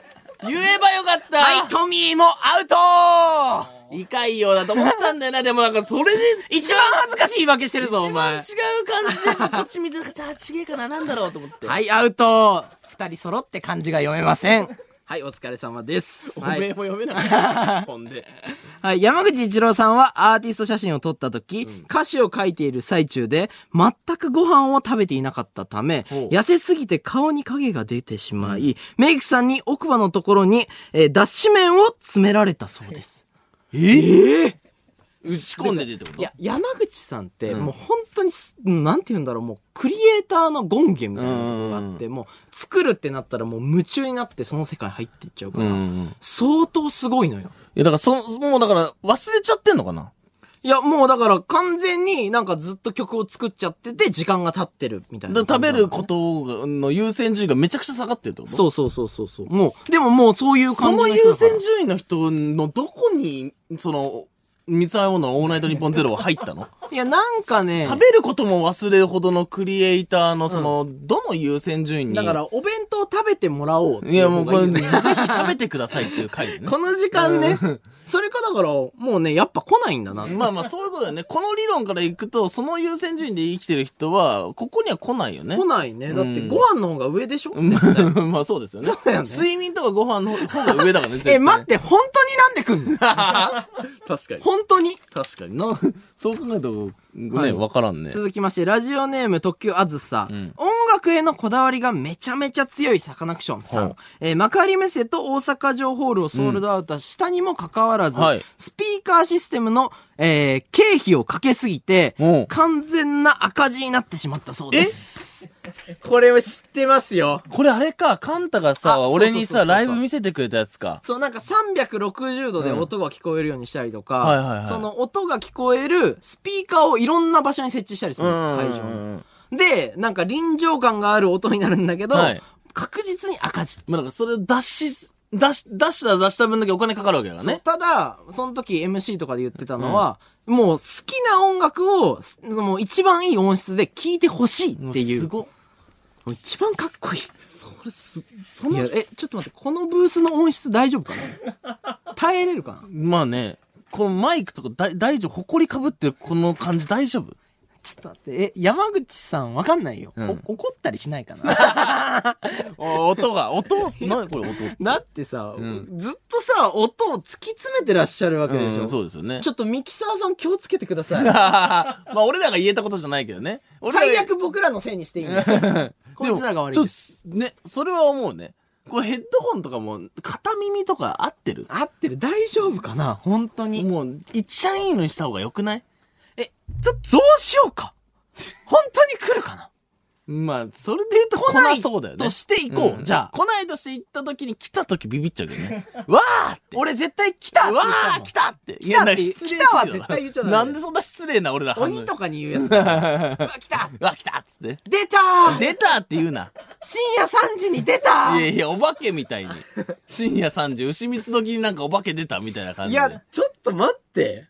言えばよかったはい、トミーもアウトいかいようだと思ったんだよな。でもなんかそれで一番恥ずかしい言い訳してるぞ、お一番違前う。感じでこっち見てたから、あ、ちげえかな、なんだろうと思って。はい、アウト二人揃って漢字が読めません。はい、お疲れ様です。おはめいえ。も読めなかった。ほんで。はい、山口一郎さんはアーティスト写真を撮った時、歌詞を書いている最中で、全くご飯を食べていなかったため、ほう痩せすぎて顔に影が出てしまい、メイクさんに奥歯のところに、えー脱脂麺を詰められたそうです。ええ打ち込んでてってこといや、山口さんって、うんもう本当にす、うんなんて言うんだろう、もう、クリエイターの権限みたいなとこがあって、もう、作るってなったらもう夢中になってその世界入っていっちゃうかうら、ん。い相当すごいのよ。や、だから、そ、もうだから、忘れちゃってんのかないや、もうだから完全になんかずっと曲を作っちゃってて、時間が経ってるみたいなだ感食じべなのね、ることがの優先順位がめちゃくちゃ下がってるってことそうそうそうそうそう。もう、でももうそういうそ感じのの優人だから先順位の人のどこに、その、ミサイモのオールナイトニッポンゼロは入ったのいや、なんかね、食べることも忘れるほどのクリエイターのその、どの優先順位に。だから、お弁当食べてもらおうっていいやうも方うこがいいれ、よねぜひ食べてくださいっていう回でね。 この時間ね。それかだから、もうね、やっぱ来ないんだな。まあまあそういうことだよね。この理論からいくと、その優先順位で生きてる人は、ここには来ないよね来。ないね。だってうんご飯の方が上でしょ、うん まあそうですよね。うだよね睡眠とかご飯の方が上だからね、絶対え、待って、本当になんで来ん確の かに。本当に確かにな。そう考えると、ね、わからんね。続きまして、ラジオネーム特急あずさ、うん音楽へのこだわりがめちゃめちゃ強いサカナクションさん。はいえー幕張メッセと大阪城ホールをソールドアウトしたにもかかわらず、はいスピーカーシステムの、えー経費をかけすぎてうん、完全な赤字になってしまったそうです。これは知ってますよ。これあれか、カンタがあさ、俺にそさ、うそうそうそうライブ見せてくれたやつか。そう、なんか360度で音が聞こえるようにしたりとうんはいはいはかい、その音が聞こえるスピーカーをいろんな場所に設置したりするの、会場の。まで、なんか臨場感がある音になるんだけど、はい確実に赤字。あ、だからそれを出し、出し、出したら出した分だけお金かかるわけだからそうね。ただ、その時 MC とかで言ってたのは、もう好きな音楽を、すもう一番いい音質で聴いてほしいっていう。もうすごっもう一番かっこいい。それす、そいや、え、ちょっと待って、このブースの音質大丈夫か な耐えれるかなまあね、このマイクとか大大丈夫、埃かぶってるこの感じ大丈夫ちょっと待って、え、山口さんわかんないよ、うんお怒ったりしないか なお音が、音、なこれ音。だってさ、うんずっとさ、音を突き詰めてらっしゃるわけでしうょ、ん、そうですよね。ちょっとミキサーさん気をつけてくださ い。まあ俺らが言えたことじゃないけどね。俺らが最悪僕らのせいにしていい んだこいつらが悪いでもでちす。ょっとね、それは思うね。これヘッドホンとかも、片耳とか合ってる合ってる大丈夫かな本当に。もう、一番いいのにした方が良くないえ、ちょっとどうしようか本当に来るかなまあ、それで言うと来なそうだよね。としていこう、んじゃあ。来ないとして行った時に来た時ビビっちゃうけどね。わーって。俺絶対来たってう言わっちゃうもーん来たって。い来たって失礼すぎ来たはるだろ絶対言っちゃダメなんでそんな失礼な俺ら鬼とかに言うやつ だから。うわ、来たうわ、来たっつって。出たー出たって言うな。深夜3時に出たいーやいや、お化けみたいに。深夜3時、牛蜜時になんかお化け出たみたいな感いじで。や、ちょっと待って。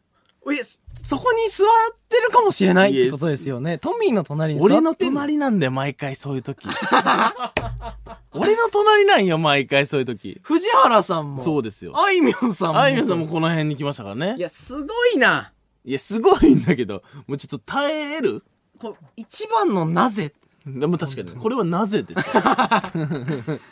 いや、そこに座ってるかもしれないってことですよね。トミーの隣に座ってん俺の隣なんだよ、毎回そういう 時。俺の隣なんよ、毎回そういう時。藤原さんも。そうですよ。あいみょんさんも。あいみょんさんもこの辺に来ましたからねい。や、すごいな。いや、すごいんだけど、もうちょっと耐えるこう一番のなぜ。でも確かに、これはなぜです か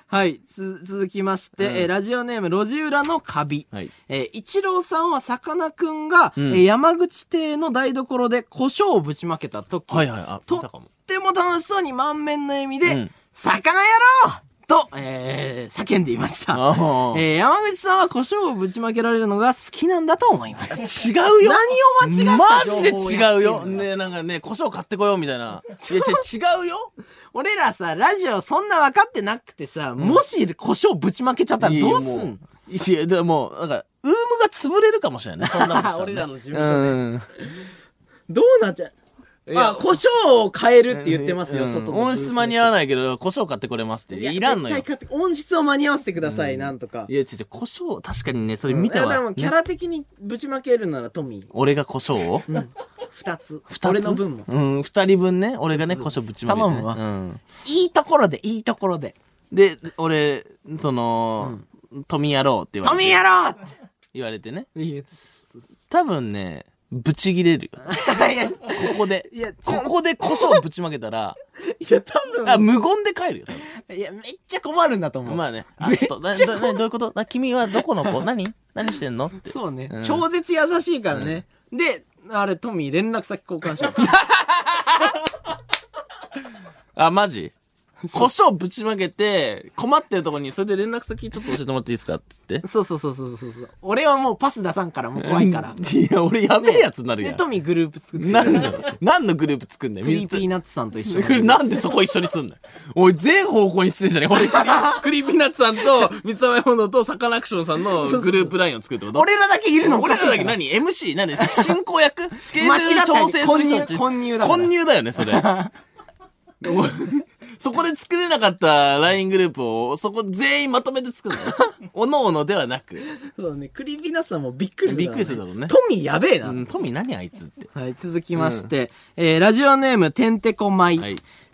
はい、つ、続きまして、えーラジオネーム、路地裏のカビ。はい。えー、一郎さんはさかなクンんが、えー山口邸の台所で胡椒をぶちまけた時、はいはい、あ、と見たかっも。ても楽しそうに満面の笑みで、うん魚やろうと、えー叫んでいました。あーえー山口さんは胡椒をぶちまけられるのが好きなんだと思います。違うよ何を間違った情報をやってんのマジで違うよねなんかね、胡椒買ってこようみたいな。いや、違う違うよ俺らさ、ラジオそんな分かってなくてさ、もし胡椒ぶちまけちゃったらどうすんのいやいや、でも、なんか、ウームが潰れるかもしれない。そんなことしたら、ね。 俺らの事務所務どうなっちゃうあ、胡椒を変えるって言ってますよ、うん外の。音質間に合わないけど、胡椒買ってこれますって。いやいらんのよ。絶い対買って音質を間に合わせてください、なんとか。や、ちょ、ちょ、胡椒、確かにね、それ見たいやでわ。もキャラ的にぶちまけるならトミー、俺が胡椒を二つ。二つ俺の分も。うん、二人分ね。俺がね、胡椒ぶちまけて、ね。頼むわうん。いいところで、いいところで。で、俺、その、富野郎って言わトれミーて。やろうって言われてね。言う。多分ね、ぶち切れるよ。い や、いここでいや違う。ここで胡椒ぶちまけたら、や、多あ、無言で帰るよ。多分分、いや、めっちゃ困るんだと思う。まあね。あ、ちょっと、な、な、などういうことな君はどこの 子何何してんのって。そうね、うん超絶優しいからね。で、あれ、トミー連絡先交換しよう。あ、マジ胡椒ぶちまけて、困ってるとこに、それで連絡先ちょっと教えてもらっていいですかって言っそうそうそうそうそうそう。俺はもうパス出さんからもう怖いから。て。いや、俺やべえやつになるやで、ん。トミーグループ作って。何の、何のグループ作んねん。クリーピ水ーナッツさんと一緒 これに。なんでそこ一緒にすんのおい、全方向に失礼じゃねえ。俺、クリーピーナッツさんと、水溜りボンドとサカナクションさんのグループラインを作るってこと俺らだけいるのお俺かしいらかだらけ何 ?MC? 何進行役 スケジュール調整する人たち混入混入だから混入だよね、そ れ。おそこで作れなかった LINE グループを、そこ全員まとめて作るの おのおのではなく。そうね、クリーピーナッツさんもびっくりびっくりするだろうねトミーやべえな。うん、トミー何あいつって。はい、続きまして、えーラジオネーム、てんてこまはいい。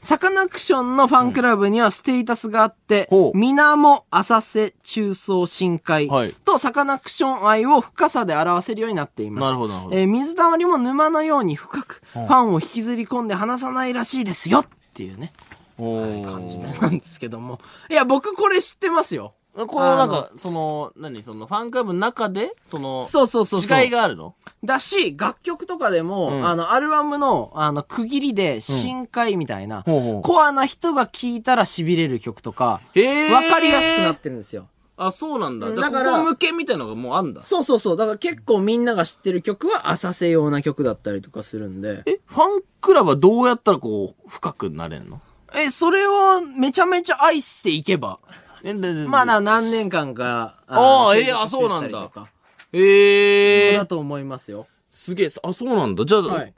サカナクションのファンクラブにはステータスがあってほ、うみなも、浅瀬、中層、深海はいとサカナクション愛を深さで表せるようになっています。なるほどなるほどえー水溜りも沼のように深く、フんァンを引きずり込んで離さないらしいですよっていうね、お感じなんですけども。いや、僕これ知ってますよ。このなんか、その、何その、ファンクラブの中で、その、そうそうそうそう違いがあるのだし、楽曲とかでも、うんあの、アルバムの、あの、区切りで、深海みたいな、ほうほうコアな人が聴いたら痺れる曲とか、へーわかりやすくなってるんですよ。あ、そうなんだ。うんじゃあだからここ向けみたいのがもうあんだ。そうそうそう。だから結構みんなが知ってる曲は浅瀬用な曲だったりとかするんで。え、ファンクラブはどうやったらこう、深くなれんのえ、それをめちゃめちゃ愛していけば。え、ででまあな、何年間か。あーのえーあそうなんだ継続してったりとかええだと思いますよ。すげえ、あ、そうなんだ。じゃあ、はい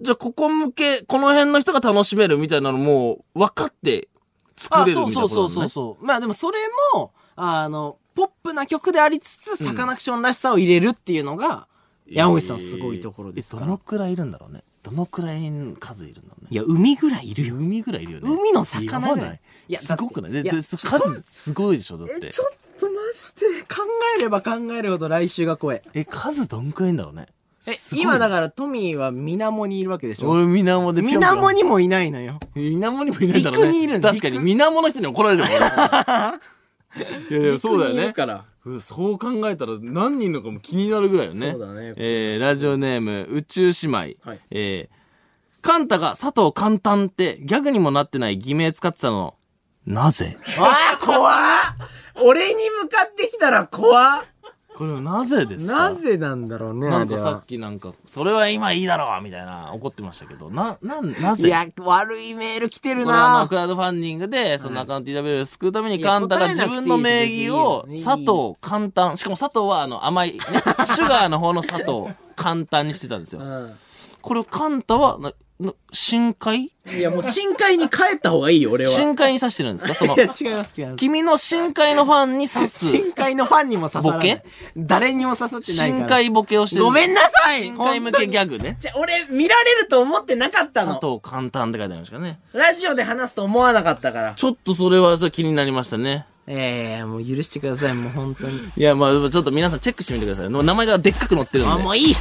じゃあ、ここ向け、この辺の人が楽しめるみたいなのも、分かって作れるみたいなことなその、うね。そうそうそう。まあでもそれも、あの、ポップな曲でありつつ、サカナクションらしさを入れるっていうのが、山口さんすごいところですえから。どのくらいいるんだろうね。どのくらい数いるんだろうね。いや、海ぐらいいるよ。海ぐらいいるよね。海の魚やばぐらいない。いやすごくないだっでてでいや数すごいでしょ、だっえ、てち。ょっとマジで、考えれば考えるほど来週が怖え。え、数どんくらいいんだろうね。えす、ごい今だからトミーは水面にいるわけでしょ俺、水面でピョンピョン水面にもいないのよ。水面にもいないだろうね。陸にいるんだ確かに、水面の人に怒られる もんね。いやいや、そうだよ水面にいねる。から。うんそう考えたら何人いるのかも気になるぐらいよね。そうだねえー、ラジオネーム、宇宙姉妹。はいえー、カンタが佐藤簡単ってギャグにもなってない偽名使ってたの。なぜああ、怖っ俺に向かってきたら怖っこれはなぜですかなぜなんだろうね、なあんれかさはっ。きなんか、それは今いいだろうみたいな怒ってましたけど、な、な、ないぜや、悪いメール来てるこれはまあなクラウドファンディングで、そのアカウント EW を救うためにいやカンタが自分の名義を答えなくていいし別にいいよ佐藤簡単、しかも佐藤はあの甘い、ね、シュガーの方の佐藤簡単にしてたんですよ。これをカンタは、なな深海いや、もう深海に帰った方がいいよ、俺は。深海に刺してるんですか そのい、や、違います、違いま す。君の深海のファンに刺 す、深海のファンにも刺さらなボい。誰にも刺さってないから。深海ボケをしてる。ごめんなさい深海向けギャグね。じゃ、俺、見られると思ってなかっ佐たの。藤簡単って書いてありましたからね。ラジオで話すと思わなかったから。ちょっとそれはちょっと気になりましたね。ええもう許してください、もう本当に。いや、まあ、ちょっと皆さんチェックしてみてください。名前がでっかく載ってるんで。あ、もういい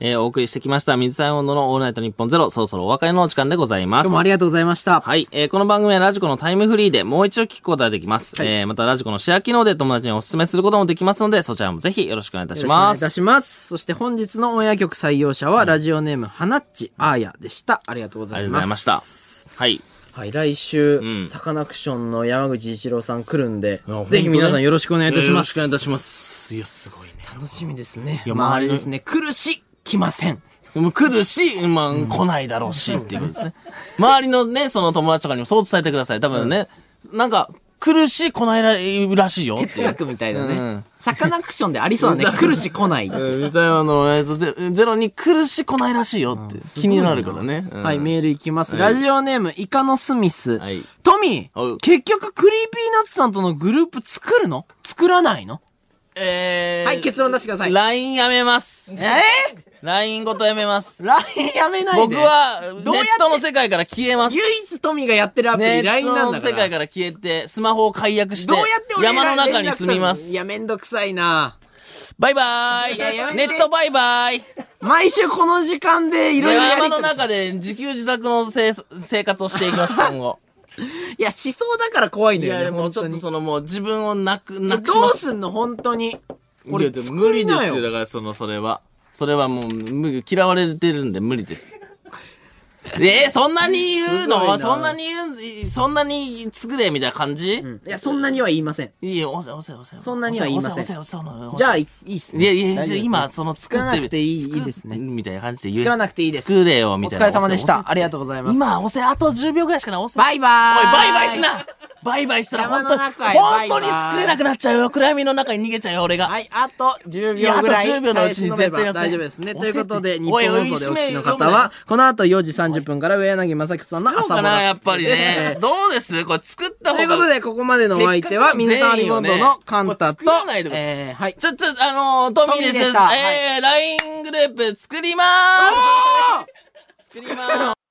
えーお送りしてきました、水溜りボンドのオールナイトニッポンゼロ、そろそろお別れのお時間でございます。どうもありがとうございました。はい、えーこの番組はラジコのタイムフリーでもう一度聞くことができます。えーまたラジコのシェア機能で友達にお勧めすることもできますので、そちらもぜひよろしくお願いいたしよろしくお願まいいす。たします。そして本日のオンエア曲採用者は、ラジオネーム、はなっちあーやでした。ありがとうごあざいます。りがとうございまはい。はい、来週、んサカナクションの山口一郎さん来るんでいや本、当ねぜひ皆さんよろしくお願いいたしよろましす。くお願いいたしま。す。いや、すごいね。楽しみですね。いやまあ、あ周りれのですね。来るし、来ません。でも来るし、まあ、来ないだろうし、っていうことです ね。周りのね、その友達とかにもそう伝えてください。多分ね、なんか、来るし、来ないらしいよっていう。哲学みたいなうねん。サカナクションでありそう だね。来るし、来ない。うん水山のえっとゼゼロに来るし来ないらしいよって、気になるからね。うんはい、メールいきます。はいラジオネーム、イカのスミス。はいトミおうー、結局、クリーピーナッツさんとのグループ作るの作らないのえー、はい、結論出してください。 LINE やめますえ。ー LINE ごとやめます。 LINE やめない僕で。は、ネッどうやってトの世界から消えます唯。一トミーがやってるアプネリ、ッ LINE なトんのだ世から界。から消えて、スマホを解約しどてうやって、俺ら山の中に住みま連絡したのいす。や、めんどくさいなバイバいややイめネてットバイバイ毎週この時間でいろいろやり山とのり中で自給自足のせい生活をしていきます、今後。いや、思想だから怖いんいだよや、ね。でも本ちょ当っとにそのもう自分をなく、なくしどまうす。すんの本当に。いや俺、でも作無理りでなすよ。よ。だからその、それは。それはもう、無嫌われてるんで無理です。えー、そんなに言うすごいのなそんなに言う、そんなに作れみたいな感じ、うんいや、そんなには言いません。いいよ、押せ、押せ、押せ。そんなには言いません押せ、押せ、押せ押せ。じゃあ、いいいっすいね。やいやいや、大丈夫です今、その作っ作てらなくていい作っいいですねみたいな感じで言う。作らなくていいです。作れよ、みおたい疲な。れ様でし押た。ありがとうございせ。ま押す。せ今、押せ、あと10秒ぐらいしかない。押せ。バイバーイ。おい、バイバイすなバイバイしたら、本山当のに、中へバ本イ当バイに作れなくなっちゃうよ。暗闇の中に逃げちゃうよ、俺が。はい、あと10いやあ秒とぐらい。 10秒のうちに絶対に大丈夫ですね。ということで、日お本いおい放送でお聞きの締方めよは、この後4時30分から上柳正樹さんのそう朝かごな、やらんっぱりねで。すねどうですこれ作ったとい方うことが。で、ここまでのお相手は、ミネタリボンドのカンタとせっかくの全員をねこれ作らない、とえー、はい。ちょ、ちょ、あのー、トミーです。トミーでしたえー、LINE グループ作りまーす作りまーす